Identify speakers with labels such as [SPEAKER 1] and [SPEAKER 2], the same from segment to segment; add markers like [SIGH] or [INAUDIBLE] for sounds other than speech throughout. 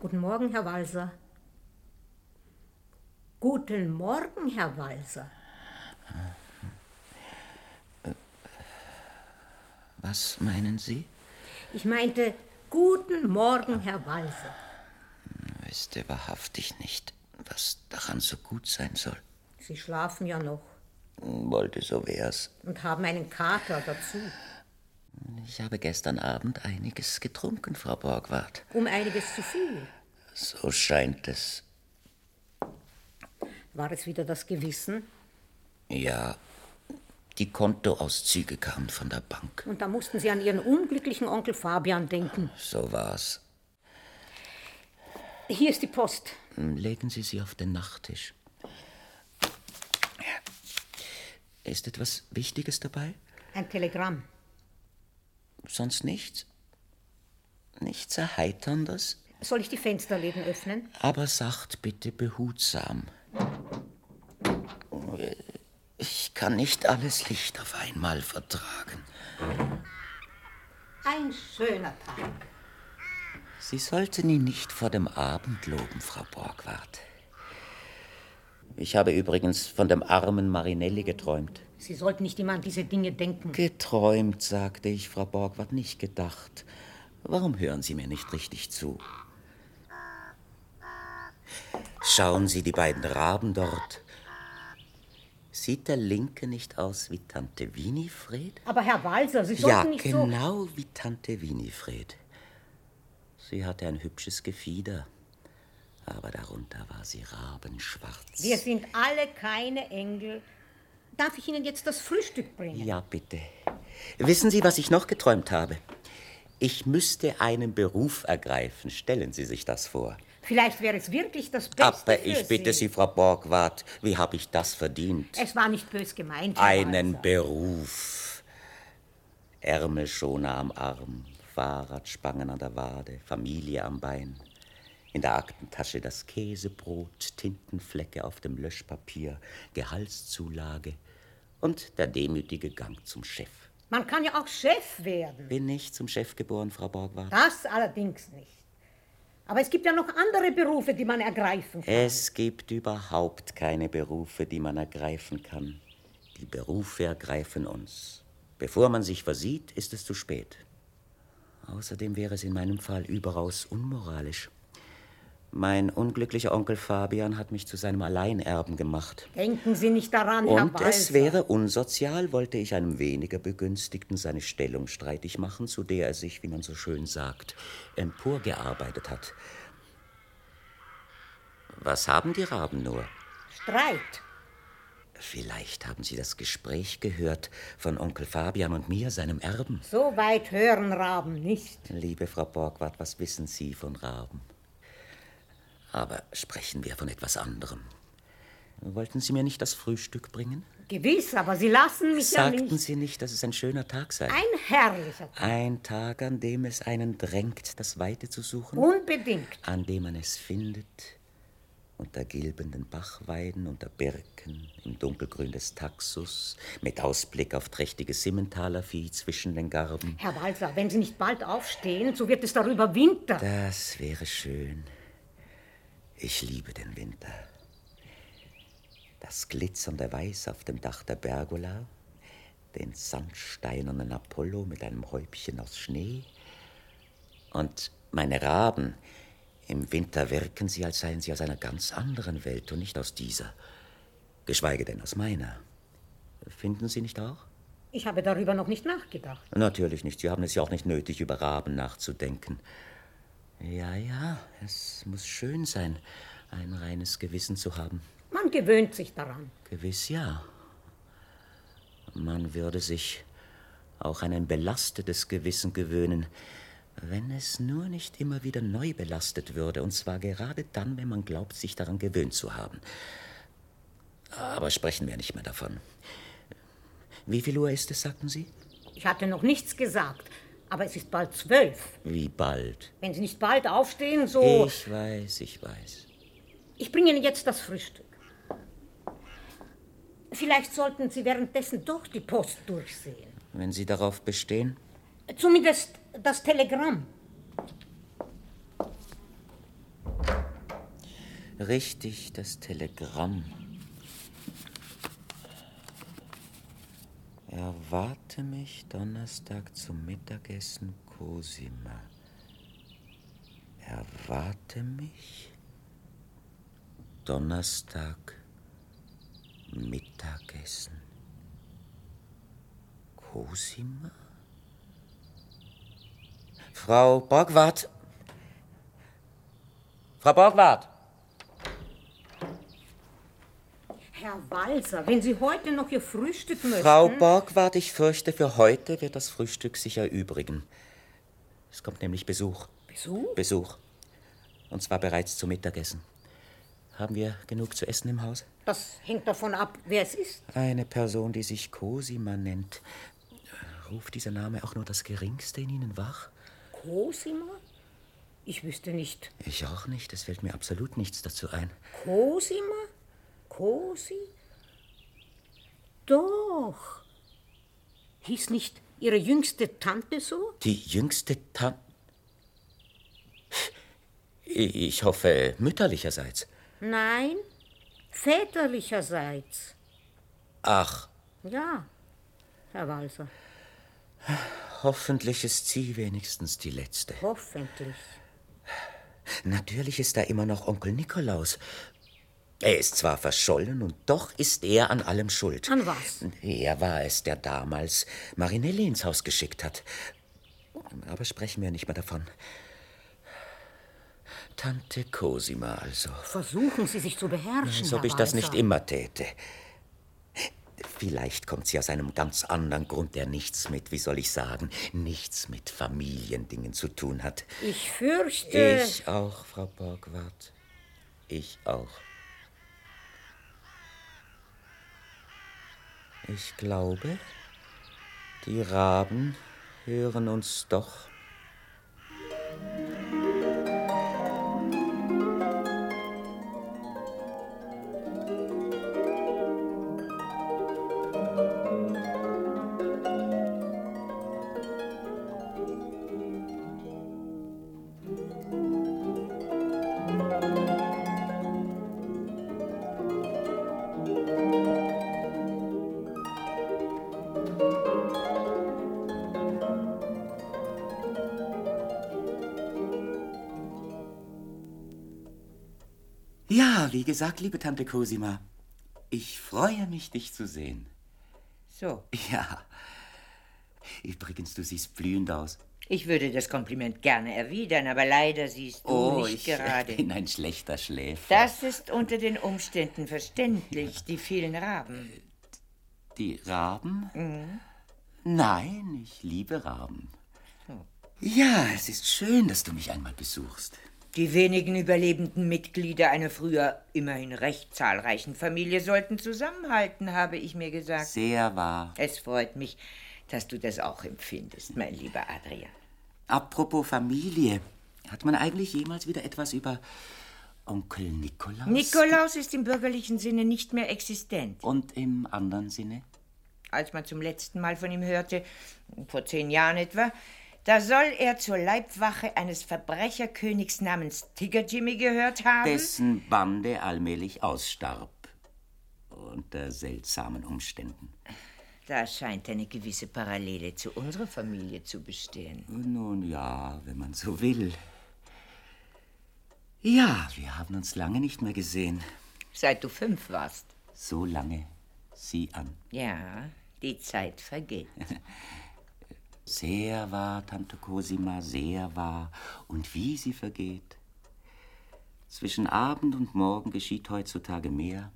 [SPEAKER 1] Guten Morgen, Herr Walser. Guten Morgen, Herr Walser.
[SPEAKER 2] Was meinen Sie?
[SPEAKER 1] Ich meinte, guten Morgen, Herr Walser.
[SPEAKER 2] Wüsste wahrhaftig nicht, was daran so gut sein soll.
[SPEAKER 1] Sie schlafen ja noch
[SPEAKER 2] Wollte so wär's.
[SPEAKER 1] und haben einen Kater dazu.
[SPEAKER 2] Ich habe gestern Abend einiges getrunken, Frau Borgward.
[SPEAKER 1] Um einiges zu viel.
[SPEAKER 2] So scheint es.
[SPEAKER 1] War es wieder das Gewissen?
[SPEAKER 2] Ja, die Kontoauszüge kamen von der Bank.
[SPEAKER 1] Und da mussten Sie an Ihren unglücklichen Onkel Fabian denken.
[SPEAKER 2] So war's.
[SPEAKER 1] Hier ist die Post.
[SPEAKER 2] Legen Sie sie auf den Nachttisch. Ist etwas Wichtiges dabei?
[SPEAKER 1] Ein Telegramm.
[SPEAKER 2] Sonst nichts? Nichts Erheiterndes?
[SPEAKER 1] Soll ich die Fensterläden öffnen?
[SPEAKER 2] Aber sacht bitte behutsam. Ich kann nicht alles Licht auf einmal vertragen.
[SPEAKER 1] Ein schöner Tag.
[SPEAKER 2] Sie sollten ihn nicht vor dem Abend loben, Frau Borgward. Ich habe übrigens von dem armen Marinelli geträumt.
[SPEAKER 1] Sie sollten nicht immer an diese Dinge denken.
[SPEAKER 2] Geträumt, sagte ich, Frau Borgward, nicht gedacht. Warum hören Sie mir nicht richtig zu? Schauen Sie die beiden Raben dort. Sieht der Linke nicht aus wie Tante Winifred?
[SPEAKER 1] Aber Herr Walser, Sie
[SPEAKER 2] Ja,
[SPEAKER 1] sollten nicht so...
[SPEAKER 2] genau wie Tante Winifred. Sie hatte ein hübsches Gefieder, aber darunter war sie rabenschwarz.
[SPEAKER 1] Wir sind alle keine Engel. Darf ich Ihnen jetzt das Frühstück bringen?
[SPEAKER 2] Ja, bitte. Wissen Sie, was ich noch geträumt habe? Ich müsste einen Beruf ergreifen. Stellen Sie sich das vor.
[SPEAKER 1] Vielleicht wäre es wirklich das Beste
[SPEAKER 2] Aber
[SPEAKER 1] für
[SPEAKER 2] ich bitte Sie, Frau Borgward, wie habe ich das verdient?
[SPEAKER 1] Es war nicht bös gemeint. Herr
[SPEAKER 2] Einen
[SPEAKER 1] Walser.
[SPEAKER 2] Beruf. Ärmelschoner am Arm, Fahrradspangen an der Wade, Familie am Bein. In der Aktentasche das Käsebrot, Tintenflecke auf dem Löschpapier, Gehaltszulage und der demütige Gang zum Chef.
[SPEAKER 1] Man kann ja auch Chef werden.
[SPEAKER 2] Bin ich zum Chef geboren, Frau Borgward?
[SPEAKER 1] Das allerdings nicht. Aber es gibt ja noch andere Berufe, die man ergreifen kann.
[SPEAKER 2] Es gibt überhaupt keine Berufe, die man ergreifen kann. Die Berufe ergreifen uns. Bevor man sich versieht, ist es zu spät. Außerdem wäre es in meinem Fall überaus unmoralisch. Mein unglücklicher Onkel Fabian hat mich zu seinem Alleinerben gemacht.
[SPEAKER 1] Denken Sie nicht daran, Herr
[SPEAKER 2] Und
[SPEAKER 1] Walser.
[SPEAKER 2] es wäre unsozial, wollte ich einem weniger Begünstigten seine Stellung streitig machen, zu der er sich, wie man so schön sagt, emporgearbeitet hat. Was haben die Raben nur?
[SPEAKER 1] Streit.
[SPEAKER 2] Vielleicht haben Sie das Gespräch gehört von Onkel Fabian und mir, seinem Erben.
[SPEAKER 1] So weit hören Raben nicht.
[SPEAKER 2] Liebe Frau Borgward, was wissen Sie von Raben? Aber sprechen wir von etwas anderem. Wollten Sie mir nicht das Frühstück bringen?
[SPEAKER 1] Gewiss, aber Sie lassen mich ja
[SPEAKER 2] Sagten
[SPEAKER 1] nicht.
[SPEAKER 2] Sie nicht, dass es ein schöner Tag sei?
[SPEAKER 1] Ein herrlicher Tag.
[SPEAKER 2] Ein Tag, an dem es einen drängt, das Weite zu suchen,
[SPEAKER 1] Unbedingt.
[SPEAKER 2] an dem man es findet, unter gilbenden Bachweiden, unter Birken, im Dunkelgrün des Taxus, mit Ausblick auf trächtige Simmentaler Vieh zwischen den Garben.
[SPEAKER 1] Herr Walser, wenn Sie nicht bald aufstehen, so wird es darüber Winter.
[SPEAKER 2] Das wäre schön. Ich liebe den Winter. Das glitzernde Weiß auf dem Dach der Bergola, den sandsteinernen Apollo mit einem Häubchen aus Schnee und meine Raben. Im Winter wirken sie, als seien sie aus einer ganz anderen Welt und nicht aus dieser, geschweige denn aus meiner. Finden Sie nicht auch?
[SPEAKER 1] Ich habe darüber noch nicht nachgedacht.
[SPEAKER 2] Natürlich nicht. Sie haben es ja auch nicht nötig, über Raben nachzudenken. Ja, ja, es muss schön sein, ein reines Gewissen zu haben.
[SPEAKER 1] Man gewöhnt sich daran.
[SPEAKER 2] Gewiss ja. Man würde sich auch an ein belastetes Gewissen gewöhnen, wenn es nur nicht immer wieder neu belastet würde, und zwar gerade dann, wenn man glaubt, sich daran gewöhnt zu haben. Aber sprechen wir nicht mehr davon. Wie viel Uhr ist es, sagten Sie?
[SPEAKER 1] Ich hatte noch nichts gesagt, aber es ist bald zwölf.
[SPEAKER 2] Wie bald?
[SPEAKER 1] Wenn Sie nicht bald aufstehen, so.
[SPEAKER 2] Ich weiß, ich weiß.
[SPEAKER 1] Ich bringe Ihnen jetzt das Frühstück. Vielleicht sollten Sie währenddessen doch die Post durchsehen.
[SPEAKER 2] Wenn Sie darauf bestehen,
[SPEAKER 1] Zumindest das Telegramm.
[SPEAKER 2] Richtig, das Telegramm. Erwarte mich Donnerstag zum Mittagessen, Cosima. Erwarte mich Donnerstag Mittagessen. Cosima? Frau Borgward. Frau Borgward.
[SPEAKER 1] Herr Walzer, wenn Sie heute noch Ihr Frühstück möchten.
[SPEAKER 2] Frau Borgward, ich fürchte, für heute wird das Frühstück sich erübrigen. Es kommt nämlich Besuch.
[SPEAKER 1] Besuch?
[SPEAKER 2] Besuch. Und zwar bereits zum Mittagessen. Haben wir genug zu essen im Haus?
[SPEAKER 1] Das hängt davon ab, wer es ist.
[SPEAKER 2] Eine Person, die sich Cosima nennt. Ruft dieser Name auch nur das Geringste in Ihnen wach?
[SPEAKER 1] Cosima? Ich wüsste nicht.
[SPEAKER 2] Ich auch nicht. Es fällt mir absolut nichts dazu ein.
[SPEAKER 1] Cosima? Cosi? Doch. Hieß nicht Ihre jüngste Tante so?
[SPEAKER 2] Die jüngste Tante. Ich hoffe, mütterlicherseits.
[SPEAKER 1] Nein, väterlicherseits.
[SPEAKER 2] Ach,
[SPEAKER 1] Ja, Herr Walser,
[SPEAKER 2] hoffentlich ist sie wenigstens die letzte.
[SPEAKER 1] hoffentlich.
[SPEAKER 2] Natürlich ist da immer noch Onkel Nikolaus. Er ist zwar verschollen und doch ist er an allem schuld.
[SPEAKER 1] An was?
[SPEAKER 2] Er war es, der damals Marinelli ins Haus geschickt hat. Aber sprechen wir nicht mehr davon. Tante Cosima also.
[SPEAKER 1] Versuchen Sie sich zu beherrschen.
[SPEAKER 2] Als
[SPEAKER 1] Herr
[SPEAKER 2] ob ich das
[SPEAKER 1] Walser.
[SPEAKER 2] nicht immer täte. Vielleicht kommt sie aus einem ganz anderen Grund, der nichts mit, wie soll ich sagen, nichts mit Familiendingen zu tun hat.
[SPEAKER 1] Ich fürchte.
[SPEAKER 2] Ich auch, Frau Borgward. Ich auch. Ich glaube, die Raben hören uns doch. Ja, wie gesagt, liebe Tante Cosima, ich freue mich, dich zu sehen.
[SPEAKER 3] So,
[SPEAKER 2] Ja. Übrigens, du siehst blühend aus.
[SPEAKER 3] ich würde das Kompliment gerne erwidern, aber leider siehst du nicht gerade.
[SPEAKER 2] [LAUGHS] bin ein schlechter Schläfer.
[SPEAKER 3] Das ist unter den Umständen verständlich, die vielen Raben.
[SPEAKER 2] Die Raben? Nein, ich liebe Raben. Ja, es ist schön, dass du mich einmal besuchst.
[SPEAKER 3] Die wenigen überlebenden Mitglieder einer früher immerhin recht zahlreichen Familie sollten zusammenhalten, habe ich mir gesagt.
[SPEAKER 2] Sehr wahr.
[SPEAKER 3] Es freut mich, dass du das auch empfindest, mein lieber Adrian.
[SPEAKER 2] Apropos Familie, hat man eigentlich jemals wieder etwas über Onkel Nikolaus?
[SPEAKER 3] Nikolaus ist im bürgerlichen Sinne nicht mehr existent.
[SPEAKER 2] Und im anderen Sinne?
[SPEAKER 3] als man zum letzten Mal von ihm hörte, vor zehn Jahren etwa, da soll er zur Leibwache eines Verbrecherkönigs namens Tigger Jimmy gehört haben.
[SPEAKER 2] Dessen Bande allmählich ausstarb. Unter seltsamen Umständen.
[SPEAKER 3] da scheint eine gewisse Parallele zu unserer Familie zu bestehen.
[SPEAKER 2] Nun ja, wenn man so will. Ja, wir haben uns lange nicht mehr gesehen.
[SPEAKER 3] Seit du fünf warst.
[SPEAKER 2] So lange sie an.
[SPEAKER 3] Ja, die Zeit vergeht.
[SPEAKER 2] Sehr wahr, Tante Cosima, sehr wahr. Und wie sie vergeht. Zwischen Abend und Morgen geschieht heutzutage mehr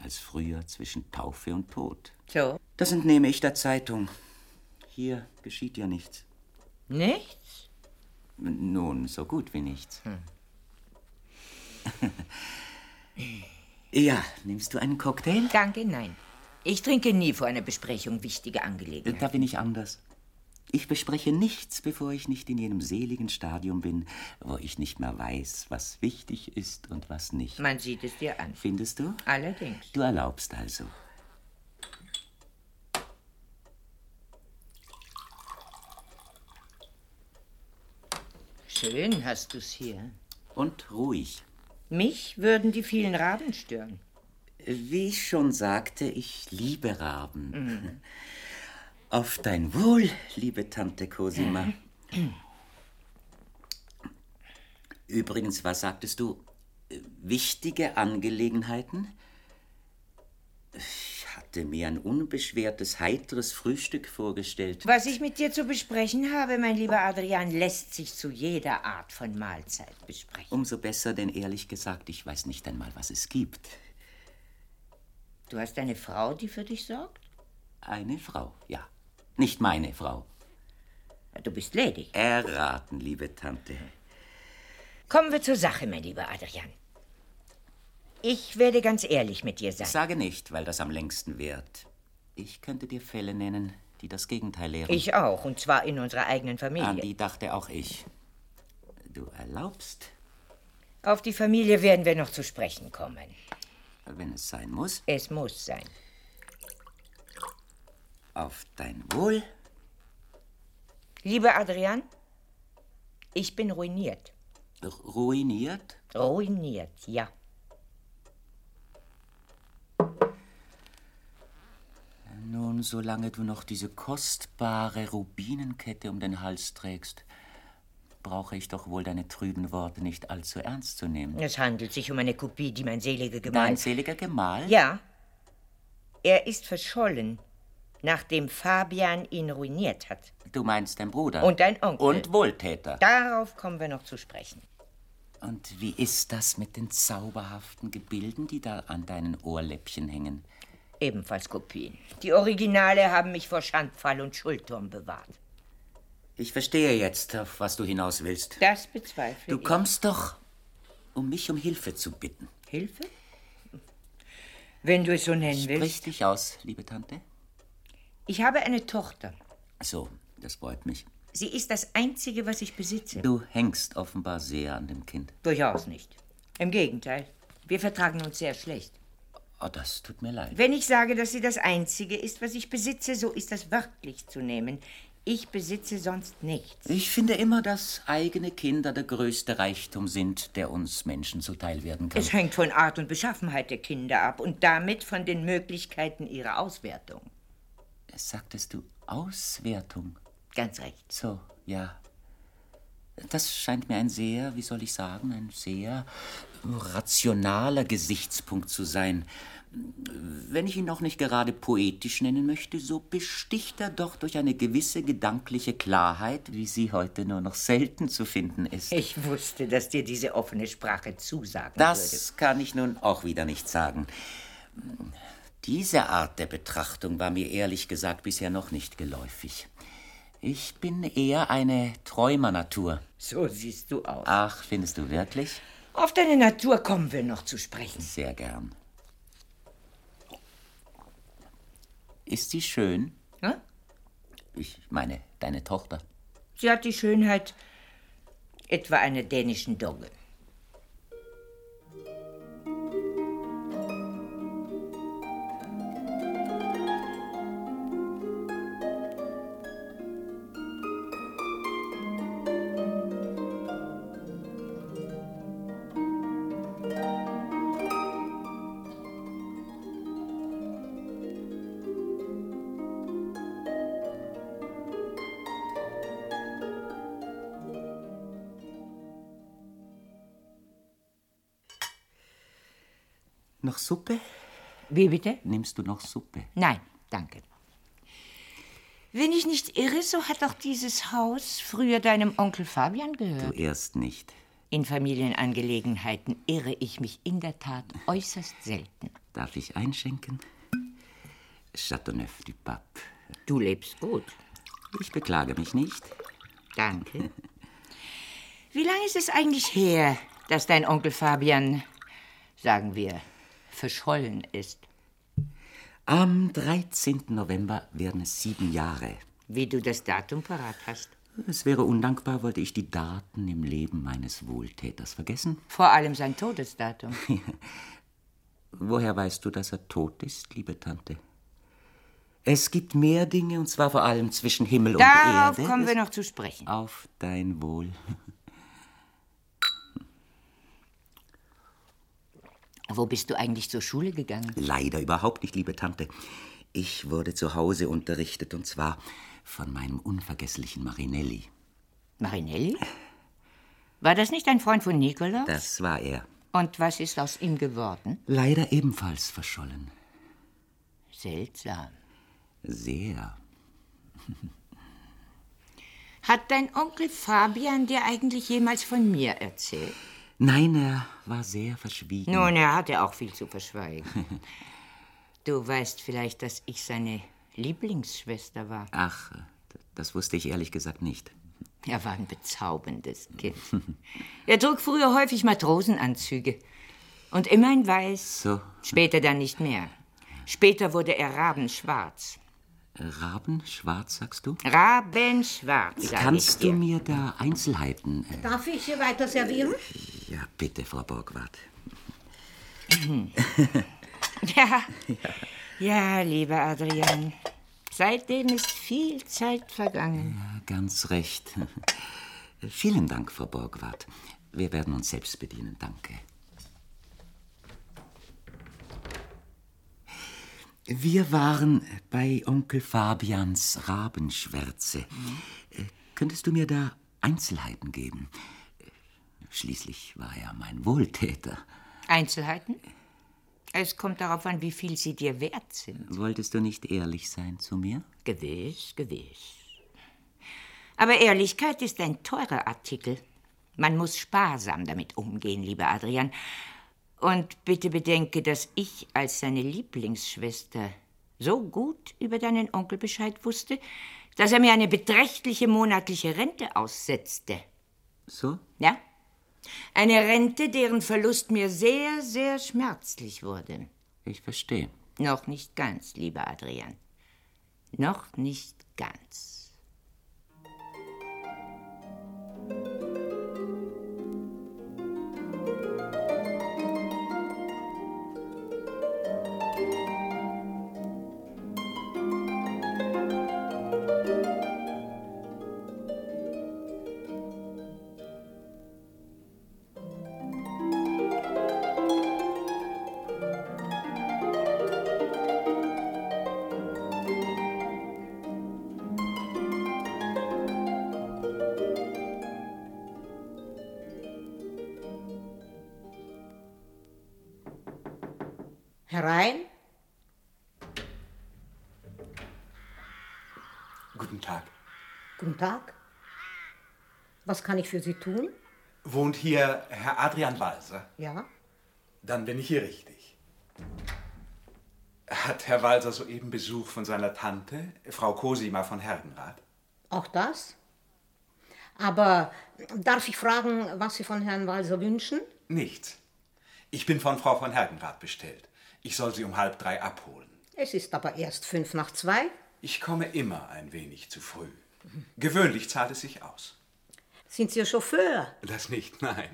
[SPEAKER 2] als früher zwischen Taufe und Tod.
[SPEAKER 3] So?
[SPEAKER 2] Das entnehme ich der Zeitung. Hier geschieht ja nichts.
[SPEAKER 3] Nichts?
[SPEAKER 2] Nun, so gut wie nichts. [LAUGHS] ja, nimmst du einen Cocktail?
[SPEAKER 3] Danke, nein. Ich trinke nie vor einer Besprechung wichtige Angelegenheiten.
[SPEAKER 2] Da bin ich anders. Ich bespreche nichts, bevor ich nicht in jenem seligen Stadium bin, wo ich nicht mehr weiß, was wichtig ist und was nicht.
[SPEAKER 3] Man sieht es dir an.
[SPEAKER 2] Findest du?
[SPEAKER 3] Allerdings.
[SPEAKER 2] Du erlaubst also.
[SPEAKER 3] Schön hast du's hier.
[SPEAKER 2] Und ruhig.
[SPEAKER 3] Mich würden die vielen Raben stören.
[SPEAKER 2] Wie ich schon sagte, ich liebe Raben. Auf dein Wohl, liebe Tante Cosima. Übrigens, was sagtest du? Äh, Wichtige Angelegenheiten? Ich hatte mir ein unbeschwertes, heiteres Frühstück vorgestellt.
[SPEAKER 3] Was ich mit dir zu besprechen habe, mein lieber Adrian, lässt sich zu jeder Art von Mahlzeit besprechen.
[SPEAKER 2] Umso besser, denn ehrlich gesagt, ich weiß nicht einmal, was es gibt.
[SPEAKER 3] Du hast eine Frau, die für dich sorgt?
[SPEAKER 2] Eine Frau, ja. Nicht meine Frau.
[SPEAKER 3] Du bist ledig.
[SPEAKER 2] Erraten, liebe Tante.
[SPEAKER 3] Kommen wir zur Sache, mein lieber Adrian. Ich werde ganz ehrlich mit dir sein.
[SPEAKER 2] Sage nicht, weil das am längsten währt. Ich könnte dir Fälle nennen, die das Gegenteil lehren.
[SPEAKER 3] Ich auch, und zwar in unserer eigenen Familie.
[SPEAKER 2] An die dachte auch ich. Du erlaubst,
[SPEAKER 3] Auf die Familie werden wir noch zu sprechen kommen.
[SPEAKER 2] wenn es sein muss,
[SPEAKER 3] Es muss sein.
[SPEAKER 2] auf dein Wohl.
[SPEAKER 3] Lieber Adrian, ich bin ruiniert.
[SPEAKER 2] Ruiniert?
[SPEAKER 3] Ruiniert, ja.
[SPEAKER 2] Nun, solange du noch diese kostbare Rubinenkette um den Hals trägst, brauche ich doch wohl deine trüben Worte nicht allzu ernst zu nehmen.
[SPEAKER 3] Es handelt sich um eine Kopie, die mein Seliger
[SPEAKER 2] Dein
[SPEAKER 3] gemalt
[SPEAKER 2] seliger Gemahl?
[SPEAKER 3] Ja. Er ist verschollen, nachdem Fabian ihn ruiniert hat.
[SPEAKER 2] Du meinst dein Bruder.
[SPEAKER 3] Und dein Onkel.
[SPEAKER 2] Und Wohltäter.
[SPEAKER 3] Darauf kommen wir noch zu sprechen.
[SPEAKER 2] Und wie ist das mit den zauberhaften Gebilden, die da an deinen Ohrläppchen hängen?
[SPEAKER 3] Ebenfalls Kopien. Die Originale haben mich vor Schandfall und Schuldturm bewahrt.
[SPEAKER 2] Ich verstehe jetzt, auf was du hinaus willst.
[SPEAKER 3] Das bezweifle
[SPEAKER 2] Du
[SPEAKER 3] ich.
[SPEAKER 2] kommst doch, um mich um Hilfe zu bitten.
[SPEAKER 3] Hilfe? Wenn du es so nennen willst.
[SPEAKER 2] Sprich dich aus, liebe Tante.
[SPEAKER 3] Ich habe eine Tochter.
[SPEAKER 2] So, das freut mich.
[SPEAKER 3] Sie ist das Einzige, was ich besitze.
[SPEAKER 2] Du hängst offenbar sehr an dem Kind.
[SPEAKER 3] Durchaus nicht. Im Gegenteil. Wir vertragen uns sehr schlecht.
[SPEAKER 2] Oh, das tut mir leid.
[SPEAKER 3] Wenn ich sage, dass sie das Einzige ist, was ich besitze, so ist das wörtlich zu nehmen. Ich besitze sonst nichts.
[SPEAKER 2] Ich finde immer, dass eigene Kinder der größte Reichtum sind, der uns Menschen zuteil werden kann.
[SPEAKER 3] Es hängt von Art und Beschaffenheit der Kinder ab und damit von den Möglichkeiten ihrer Auswertung.
[SPEAKER 2] Sagtest du Auswertung?
[SPEAKER 3] Ganz recht.
[SPEAKER 2] So, ja. Das scheint mir ein sehr, wie soll ich sagen, ein sehr rationaler Gesichtspunkt zu sein. Wenn ich ihn noch nicht gerade poetisch nennen möchte, so besticht er doch durch eine gewisse gedankliche Klarheit, wie sie heute nur noch selten zu finden ist.
[SPEAKER 3] Ich wusste, dass dir diese offene Sprache zusagen würde.
[SPEAKER 2] Das kann ich nun auch wieder nicht sagen. Diese Art der Betrachtung war mir ehrlich gesagt bisher noch nicht geläufig. Ich bin eher eine Träumernatur.
[SPEAKER 3] So siehst du aus.
[SPEAKER 2] Ach, findest du wirklich?
[SPEAKER 3] Auf deine Natur kommen wir noch zu sprechen.
[SPEAKER 2] Sehr gern. Ist sie schön?
[SPEAKER 3] Ja?
[SPEAKER 2] Ich meine, deine Tochter.
[SPEAKER 3] Sie hat die Schönheit etwa einer dänischen Dogge.
[SPEAKER 2] Noch Suppe?
[SPEAKER 3] Wie bitte?
[SPEAKER 2] Nimmst du noch Suppe?
[SPEAKER 3] Nein, danke. Wenn ich nicht irre, so hat auch dieses Haus früher deinem Onkel Fabian gehört.
[SPEAKER 2] Zuerst nicht.
[SPEAKER 3] In Familienangelegenheiten irre ich mich in der Tat äußerst selten.
[SPEAKER 2] Darf ich einschenken? Chateauneuf du Pape.
[SPEAKER 3] Du lebst gut.
[SPEAKER 2] Ich beklage mich nicht.
[SPEAKER 3] [LAUGHS] Danke. Wie lange ist es eigentlich her, dass dein Onkel Fabian, sagen wir, verschollen ist?
[SPEAKER 2] Am 13. November werden es sieben Jahre.
[SPEAKER 3] Wie du das Datum parat hast.
[SPEAKER 2] Es wäre undankbar, wollte ich die Daten im Leben meines Wohltäters vergessen.
[SPEAKER 3] Vor allem sein [LAUGHS] Todesdatum.
[SPEAKER 2] Woher weißt du, dass er tot ist, liebe Tante? Es gibt mehr Dinge, und zwar vor allem zwischen Himmel
[SPEAKER 3] Darauf
[SPEAKER 2] und Erde.
[SPEAKER 3] kommen wir noch zu sprechen.
[SPEAKER 2] Auf dein Wohl.
[SPEAKER 3] Wo bist du eigentlich zur Schule gegangen?
[SPEAKER 2] Leider überhaupt nicht, liebe Tante. Ich wurde zu Hause unterrichtet und zwar von meinem unvergesslichen Marinelli.
[SPEAKER 3] Marinelli? War das nicht ein Freund von Nikolaus?
[SPEAKER 2] Das war er.
[SPEAKER 3] Und was ist aus ihm geworden?
[SPEAKER 2] Leider ebenfalls verschollen.
[SPEAKER 3] Seltsam.
[SPEAKER 2] Sehr.
[SPEAKER 3] Hat dein Onkel Fabian dir eigentlich jemals von mir erzählt?
[SPEAKER 2] Nein, er war sehr verschwiegen.
[SPEAKER 3] Nun, er hatte auch viel
[SPEAKER 2] [LAUGHS]
[SPEAKER 3] zu verschweigen. Du weißt vielleicht, dass ich seine Lieblingsschwester war.
[SPEAKER 2] Ach, d- das wusste ich ehrlich gesagt nicht.
[SPEAKER 3] Er war ein bezauberndes
[SPEAKER 2] [LAUGHS]
[SPEAKER 3] Kind. Er trug früher häufig Matrosenanzüge. Und immer in weiß.
[SPEAKER 2] So.
[SPEAKER 3] Später dann nicht mehr. Später wurde er rabenschwarz.
[SPEAKER 2] Raben, schwarz, sagst du?
[SPEAKER 3] Rabenschwarz, sag ich
[SPEAKER 2] Kannst du
[SPEAKER 3] dir.
[SPEAKER 2] mir da Einzelheiten? Äh,
[SPEAKER 1] Darf ich hier weiter servieren?
[SPEAKER 2] ja, bitte, Frau Borgward.
[SPEAKER 3] [LAUGHS] Ja. ja, lieber Adrian. Seitdem ist viel Zeit vergangen.
[SPEAKER 2] Ja, ganz recht. [LAUGHS] Vielen Dank, Frau Borgward. Wir werden uns selbst bedienen, danke. Wir waren bei Onkel Fabians Rabenschwärze. Äh, Könntest du mir da Einzelheiten geben? Schließlich war er mein Wohltäter.
[SPEAKER 3] Einzelheiten? Es kommt darauf an, wie viel sie dir wert sind.
[SPEAKER 2] Wolltest du nicht ehrlich sein zu mir?
[SPEAKER 3] Gewiss, gewiss. Aber Ehrlichkeit ist ein teurer Artikel. Man muss sparsam damit umgehen, lieber Adrian. Und bitte bedenke, dass ich als seine Lieblingsschwester so gut über deinen Onkel Bescheid wusste, dass er mir eine beträchtliche monatliche Rente aussetzte.
[SPEAKER 2] So?
[SPEAKER 3] Ja? Eine Rente, deren Verlust mir sehr, sehr schmerzlich wurde.
[SPEAKER 2] Ich verstehe.
[SPEAKER 3] Noch nicht ganz, lieber Adrian. Noch nicht ganz.
[SPEAKER 1] Herein?
[SPEAKER 4] Guten Tag.
[SPEAKER 1] Guten Tag. Was kann ich für Sie tun?
[SPEAKER 4] Wohnt hier Herr Adrian Walser?
[SPEAKER 1] Ja?
[SPEAKER 4] Dann bin ich hier richtig. Hat Herr Walser soeben Besuch von seiner Tante, Frau Cosima von Hergenrath?
[SPEAKER 1] Auch das? Aber darf ich fragen, was Sie von Herrn Walser wünschen?
[SPEAKER 4] Nichts. Ich bin von Frau von Hergenrath bestellt. Ich soll sie um halb drei abholen.
[SPEAKER 1] Es ist aber erst fünf nach zwei.
[SPEAKER 4] Ich komme immer ein wenig zu früh. Gewöhnlich zahlt es sich aus.
[SPEAKER 1] Sind Sie Ihr Chauffeur?
[SPEAKER 4] Das nicht, nein.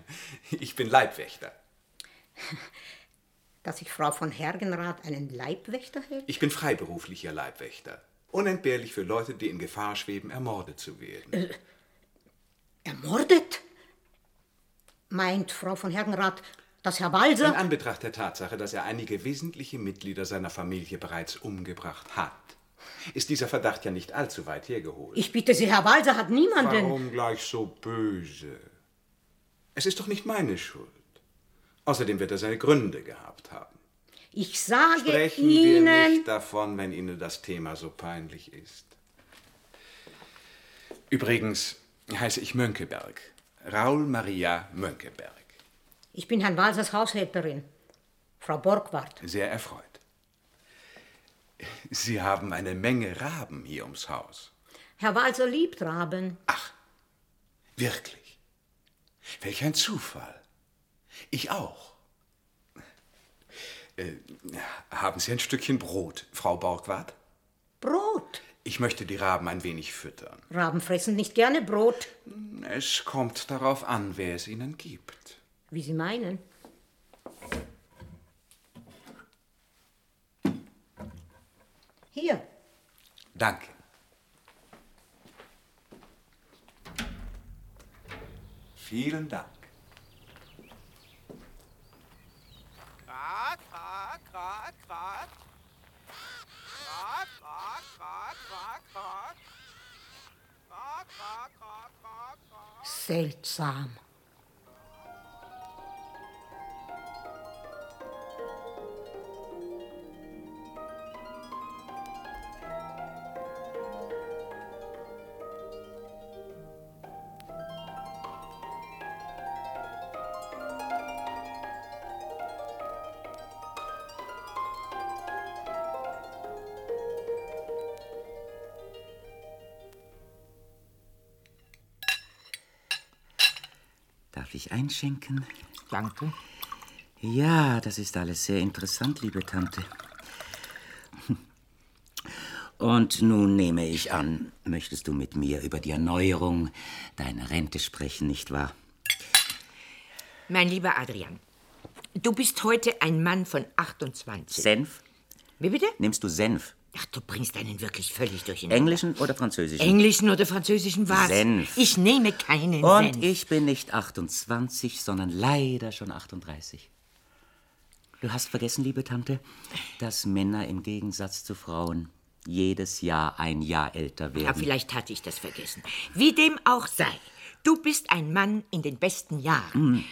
[SPEAKER 4] Ich bin Leibwächter.
[SPEAKER 1] Dass ich Frau von Hergenrath einen Leibwächter hält?
[SPEAKER 4] Ich bin freiberuflicher Leibwächter. Unentbehrlich für Leute, die in Gefahr schweben, ermordet zu werden.
[SPEAKER 1] Ermordet? Meint Frau von Hergenrath, dass Herr
[SPEAKER 4] In
[SPEAKER 1] Walser.
[SPEAKER 4] Anbetracht der Tatsache, dass er einige wesentliche Mitglieder seiner Familie bereits umgebracht hat, ist dieser Verdacht ja nicht allzu weit hergeholt.
[SPEAKER 1] Ich bitte Sie, Herr Walser hat niemanden.
[SPEAKER 4] Warum gleich so böse? Es ist doch nicht meine Schuld. Außerdem wird er seine Gründe gehabt haben.
[SPEAKER 1] Ich sage
[SPEAKER 4] Sprechen
[SPEAKER 1] Ihnen.
[SPEAKER 4] wir nicht davon, wenn Ihnen das Thema so peinlich ist. Übrigens heiße ich Mönckeberg. Raul Maria Mönckeberg.
[SPEAKER 1] Ich bin Herrn Walsers Haushälterin. Frau Borgward.
[SPEAKER 4] Sehr erfreut. Sie haben eine Menge Raben hier ums Haus.
[SPEAKER 1] Herr Walser liebt Raben.
[SPEAKER 4] Wirklich. Welch ein Zufall. Ich auch. Äh, haben Sie ein Stückchen Brot, Frau Borgward?
[SPEAKER 1] Brot.
[SPEAKER 4] Ich möchte die Raben ein wenig füttern.
[SPEAKER 1] Raben fressen nicht gerne Brot,
[SPEAKER 4] Es kommt darauf an, wer es ihnen gibt.
[SPEAKER 1] wie Sie meinen. Hier,
[SPEAKER 4] Danke. Vielen Dank.
[SPEAKER 5] quack, quack. Quack, quack, quack, quack, quack. Quack, quack, quack, quack, quack.
[SPEAKER 1] Seltsam.
[SPEAKER 2] Darf ich einschenken?
[SPEAKER 3] Danke.
[SPEAKER 2] Ja, das ist alles sehr interessant, liebe Tante. [LAUGHS] Und nun nehme ich an, möchtest du mit mir über die Erneuerung deiner Rente sprechen, nicht wahr?
[SPEAKER 3] Mein lieber Adrian, du bist heute ein Mann von 28.
[SPEAKER 2] Senf?
[SPEAKER 3] Wie bitte?
[SPEAKER 2] Nimmst du Senf?
[SPEAKER 3] Ach, du bringst einen wirklich völlig durcheinander.
[SPEAKER 2] Englischen oder Französischen?
[SPEAKER 3] Englischen oder Französischen was?
[SPEAKER 2] Senf.
[SPEAKER 3] Ich nehme keinen
[SPEAKER 2] Und
[SPEAKER 3] Senf.
[SPEAKER 2] ich bin nicht 28, sondern leider schon 38. Du hast vergessen, liebe Tante, dass Männer im Gegensatz zu Frauen jedes Jahr ein Jahr älter
[SPEAKER 3] Aber
[SPEAKER 2] werden.
[SPEAKER 3] vielleicht hatte ich das vergessen. Wie dem auch sei, du bist ein Mann in den besten Jahren.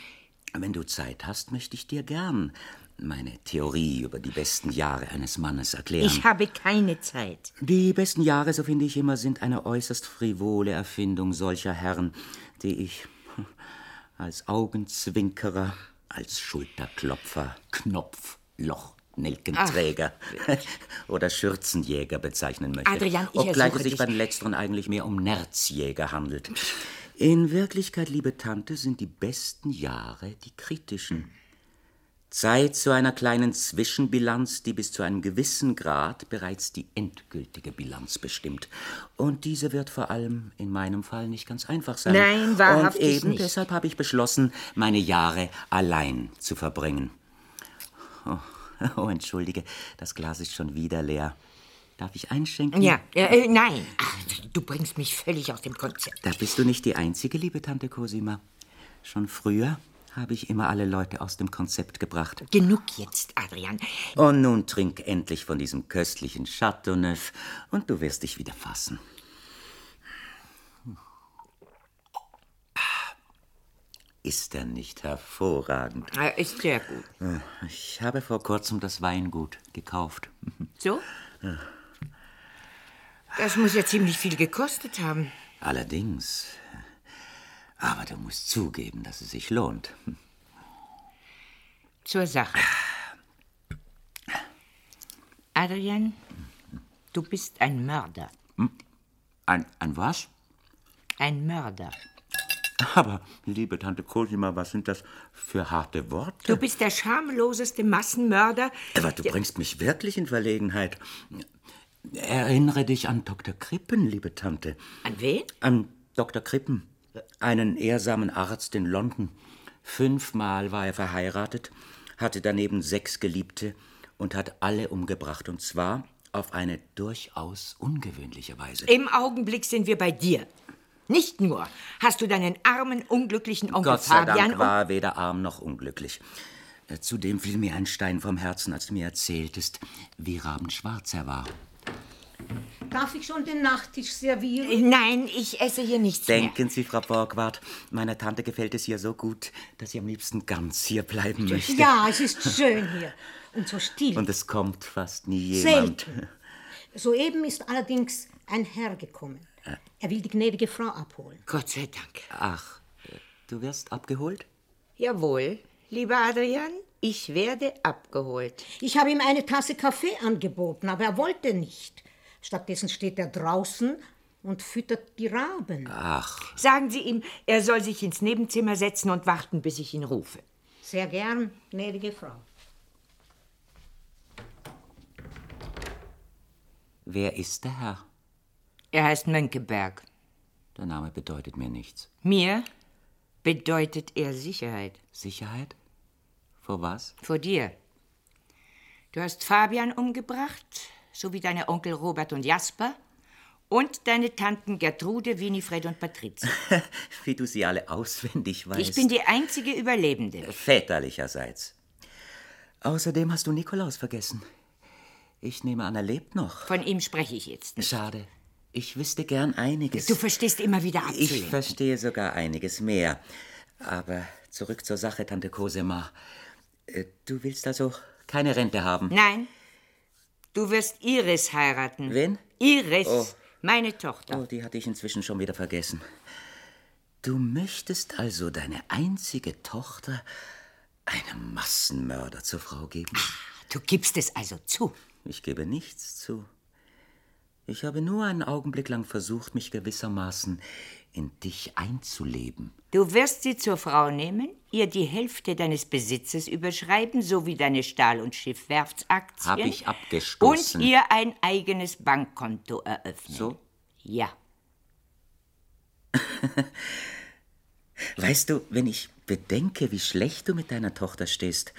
[SPEAKER 2] Wenn du Zeit hast, möchte ich dir gern meine Theorie über die besten Jahre eines Mannes erklären.
[SPEAKER 3] Ich habe keine Zeit.
[SPEAKER 2] Die besten Jahre, so finde ich immer, sind eine äußerst frivole Erfindung solcher Herren, die ich [LAUGHS] als Augenzwinkerer, als Schulterklopfer, Knopfloch, Nelkenträger [LAUGHS] oder Schürzenjäger bezeichnen möchte.
[SPEAKER 3] Adrian, ich
[SPEAKER 2] Obgleich
[SPEAKER 3] ersuche
[SPEAKER 2] es sich
[SPEAKER 3] dich.
[SPEAKER 2] bei den letzteren eigentlich mehr um Nerzjäger handelt. In Wirklichkeit, liebe Tante, sind die besten Jahre die kritischen. Zeit zu einer kleinen Zwischenbilanz, die bis zu einem gewissen Grad bereits die endgültige Bilanz bestimmt. Und diese wird vor allem in meinem Fall nicht ganz einfach sein.
[SPEAKER 3] Nein, wahrhaftig
[SPEAKER 2] Und eben
[SPEAKER 3] nicht.
[SPEAKER 2] deshalb habe ich beschlossen, meine Jahre allein zu verbringen. Oh, [LAUGHS] oh, entschuldige, das Glas ist schon wieder leer. Darf ich einschenken?
[SPEAKER 3] Ja, äh, äh, nein. Ach, du bringst mich völlig aus dem Konzept.
[SPEAKER 2] Da bist du nicht die Einzige, liebe Tante Cosima. Schon früher habe ich immer alle Leute aus dem Konzept gebracht.
[SPEAKER 3] Genug jetzt, Adrian.
[SPEAKER 2] Und nun trink endlich von diesem köstlichen Chateauneuf und du wirst dich wieder fassen. Ist er nicht hervorragend?
[SPEAKER 3] Äh, Ist sehr gut.
[SPEAKER 2] Ich habe vor kurzem das Weingut gekauft.
[SPEAKER 3] So? Das muss ja ziemlich viel gekostet haben.
[SPEAKER 2] Allerdings. Aber du musst zugeben, dass es sich lohnt.
[SPEAKER 3] Zur Sache. Adrian, du bist ein Mörder.
[SPEAKER 2] Ein, ein was?
[SPEAKER 3] Ein Mörder.
[SPEAKER 2] Aber, liebe Tante Cosima, was sind das für harte Worte?
[SPEAKER 3] Du bist der schamloseste Massenmörder.
[SPEAKER 2] Aber du bringst mich wirklich in Verlegenheit. Erinnere dich an Dr. Krippen, liebe Tante.
[SPEAKER 3] An wen?
[SPEAKER 2] An Dr. Krippen, einen ehrsamen Arzt in London. Fünfmal war er verheiratet, hatte daneben sechs Geliebte und hat alle umgebracht. Und zwar auf eine durchaus ungewöhnliche Weise.
[SPEAKER 3] Im Augenblick sind wir bei dir. Nicht nur hast du deinen armen, unglücklichen Onkel
[SPEAKER 2] Gott sei
[SPEAKER 3] Fabian
[SPEAKER 2] Dank war er weder arm noch unglücklich. Äh, Zudem fiel mir ein Stein vom Herzen, als du mir erzähltest, wie rabenschwarz er war.
[SPEAKER 1] Darf ich schon den Nachtisch servieren?
[SPEAKER 3] und... Nein, ich esse hier nichts mehr.
[SPEAKER 2] Denken Sie, Frau Borgward, meiner Tante gefällt es hier so gut, dass sie am liebsten ganz hier bleiben möchte.
[SPEAKER 1] Ja, es ist schön hier und so still.
[SPEAKER 2] Und es kommt fast nie jemand.
[SPEAKER 1] Soeben ist allerdings ein Herr gekommen. Er will die gnädige Frau abholen.
[SPEAKER 3] Gott sei Dank.
[SPEAKER 2] Ach, du wirst abgeholt?
[SPEAKER 3] Jawohl, lieber Adrian, ich werde abgeholt.
[SPEAKER 1] Ich habe ihm eine Tasse Kaffee angeboten, aber er wollte nicht. Stattdessen steht er draußen und füttert die
[SPEAKER 2] Ah.
[SPEAKER 1] Raben.
[SPEAKER 2] Ach,
[SPEAKER 3] Sagen Sie ihm, er soll sich ins Nebenzimmer setzen und warten, bis ich ihn rufe.
[SPEAKER 1] Sehr gern, gnädige Frau.
[SPEAKER 2] wer ist der Herr?
[SPEAKER 3] Er heißt Mönckeberg.
[SPEAKER 2] Der Name bedeutet mir nichts.
[SPEAKER 3] Mir bedeutet er Sicherheit.
[SPEAKER 2] Sicherheit? Vor was?
[SPEAKER 3] Vor dir. Du hast Fabian umgebracht, sowie deine Onkel Robert und Jasper und deine Tanten Gertrude, Winifred und
[SPEAKER 2] [LAUGHS]
[SPEAKER 3] Patrizia.
[SPEAKER 2] Wie du sie alle auswendig weißt.
[SPEAKER 3] Ich bin die einzige Überlebende.
[SPEAKER 2] Väterlicherseits. Außerdem hast du Nikolaus vergessen. Ich nehme an, er lebt noch.
[SPEAKER 3] Von ihm spreche ich jetzt nicht.
[SPEAKER 2] Schade. Ich wüsste gern einiges.
[SPEAKER 3] Du verstehst immer wieder
[SPEAKER 2] ich
[SPEAKER 3] abzulenken.
[SPEAKER 2] verstehe sogar einiges mehr. Aber zurück zur Sache, Tante Cosima. Äh, Du willst also keine Rente haben?
[SPEAKER 3] Nein, du wirst Iris heiraten.
[SPEAKER 2] Wen?
[SPEAKER 3] Iris,
[SPEAKER 2] Oh.
[SPEAKER 3] meine Tochter.
[SPEAKER 2] Oh, die hatte ich inzwischen schon wieder vergessen. Du möchtest also deine einzige Tochter einem Massenmörder zur Frau geben?
[SPEAKER 3] Du gibst es also zu.
[SPEAKER 2] Ich gebe nichts zu. Ich habe nur einen Augenblick lang versucht, mich gewissermaßen in dich einzuleben.
[SPEAKER 3] Du wirst sie zur Frau nehmen, ihr die Hälfte deines Besitzes überschreiben, sowie deine Stahl- und Schiffwerftsaktien.
[SPEAKER 2] Hab ich abgestoßen.
[SPEAKER 3] Und ihr ein eigenes Bankkonto eröffnen.
[SPEAKER 2] So?
[SPEAKER 3] Ja.
[SPEAKER 2] Weißt du, wenn ich bedenke, wie schlecht du mit deiner Tochter stehst,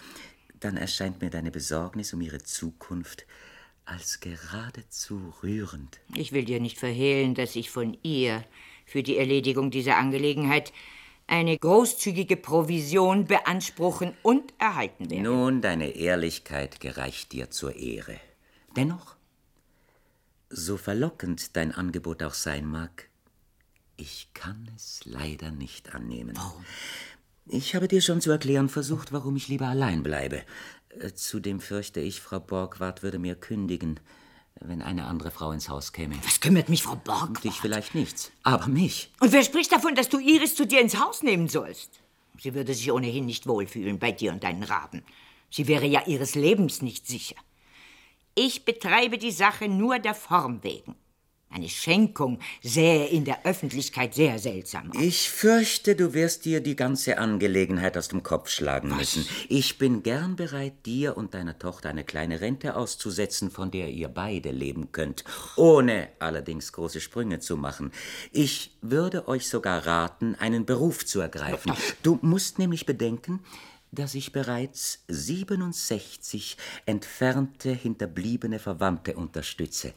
[SPEAKER 2] dann erscheint mir deine Besorgnis um ihre Zukunft als geradezu rührend.
[SPEAKER 3] Ich will dir nicht verhehlen, dass ich von ihr für die Erledigung dieser Angelegenheit eine großzügige Provision beanspruchen und erhalten werde.
[SPEAKER 2] Nun, deine Ehrlichkeit gereicht dir zur Ehre. Dennoch, so verlockend dein Angebot auch sein mag, ich kann es leider nicht annehmen. Warum? Ich habe dir schon zu erklären versucht, warum ich lieber allein bleibe. Äh, Zudem fürchte ich, Frau Borgward würde mir kündigen, wenn eine andere Frau ins Haus käme.
[SPEAKER 3] Was kümmert mich Frau Borg?
[SPEAKER 2] Und dich vielleicht nichts, aber mich.
[SPEAKER 3] Und wer spricht davon, dass du Iris zu dir ins Haus nehmen sollst? Sie würde sich ohnehin nicht wohlfühlen bei dir und deinen Raben. Sie wäre ja ihres Lebens nicht sicher. Ich betreibe die Sache nur der Form wegen. Eine Schenkung sähe in der Öffentlichkeit sehr seltsam aus.
[SPEAKER 2] Ich fürchte, du wirst dir die ganze Angelegenheit aus dem Kopf schlagen müssen. Ich bin gern bereit, dir und deiner Tochter eine kleine Rente auszusetzen, von der ihr beide leben könnt, ohne allerdings große Sprünge zu machen. Ich würde euch sogar raten, einen Beruf zu ergreifen. Du musst nämlich bedenken, dass ich bereits 67 entfernte, hinterbliebene Verwandte unterstütze,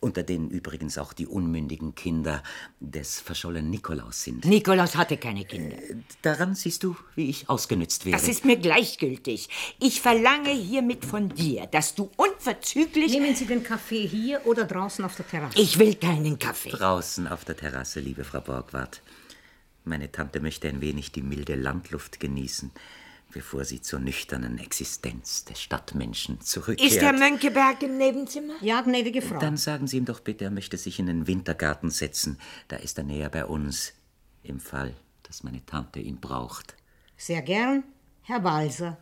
[SPEAKER 2] unter denen übrigens auch die unmündigen Kinder des verschollenen Nikolaus sind.
[SPEAKER 3] Nikolaus hatte keine Kinder.
[SPEAKER 2] Daran siehst du, wie ich ausgenützt wäre.
[SPEAKER 3] Das ist mir gleichgültig. Ich verlange hiermit von dir, dass du unverzüglich.
[SPEAKER 1] Nehmen Sie den Kaffee hier oder draußen auf der Terrasse.
[SPEAKER 3] Ich will keinen Kaffee.
[SPEAKER 2] Draußen auf der Terrasse, liebe Frau Borgward. Meine Tante möchte ein wenig die milde Landluft genießen, bevor sie zur nüchternen Existenz des Stadtmenschen zurückkehrt.
[SPEAKER 3] Ist Herr Mönckeberg im Nebenzimmer?
[SPEAKER 1] ja, gnädige Frau.
[SPEAKER 2] Dann sagen Sie ihm doch bitte, er möchte sich in den Wintergarten setzen. Da ist er näher bei uns. Im Fall, dass meine Tante ihn braucht.
[SPEAKER 1] Sehr gern, Herr Walser.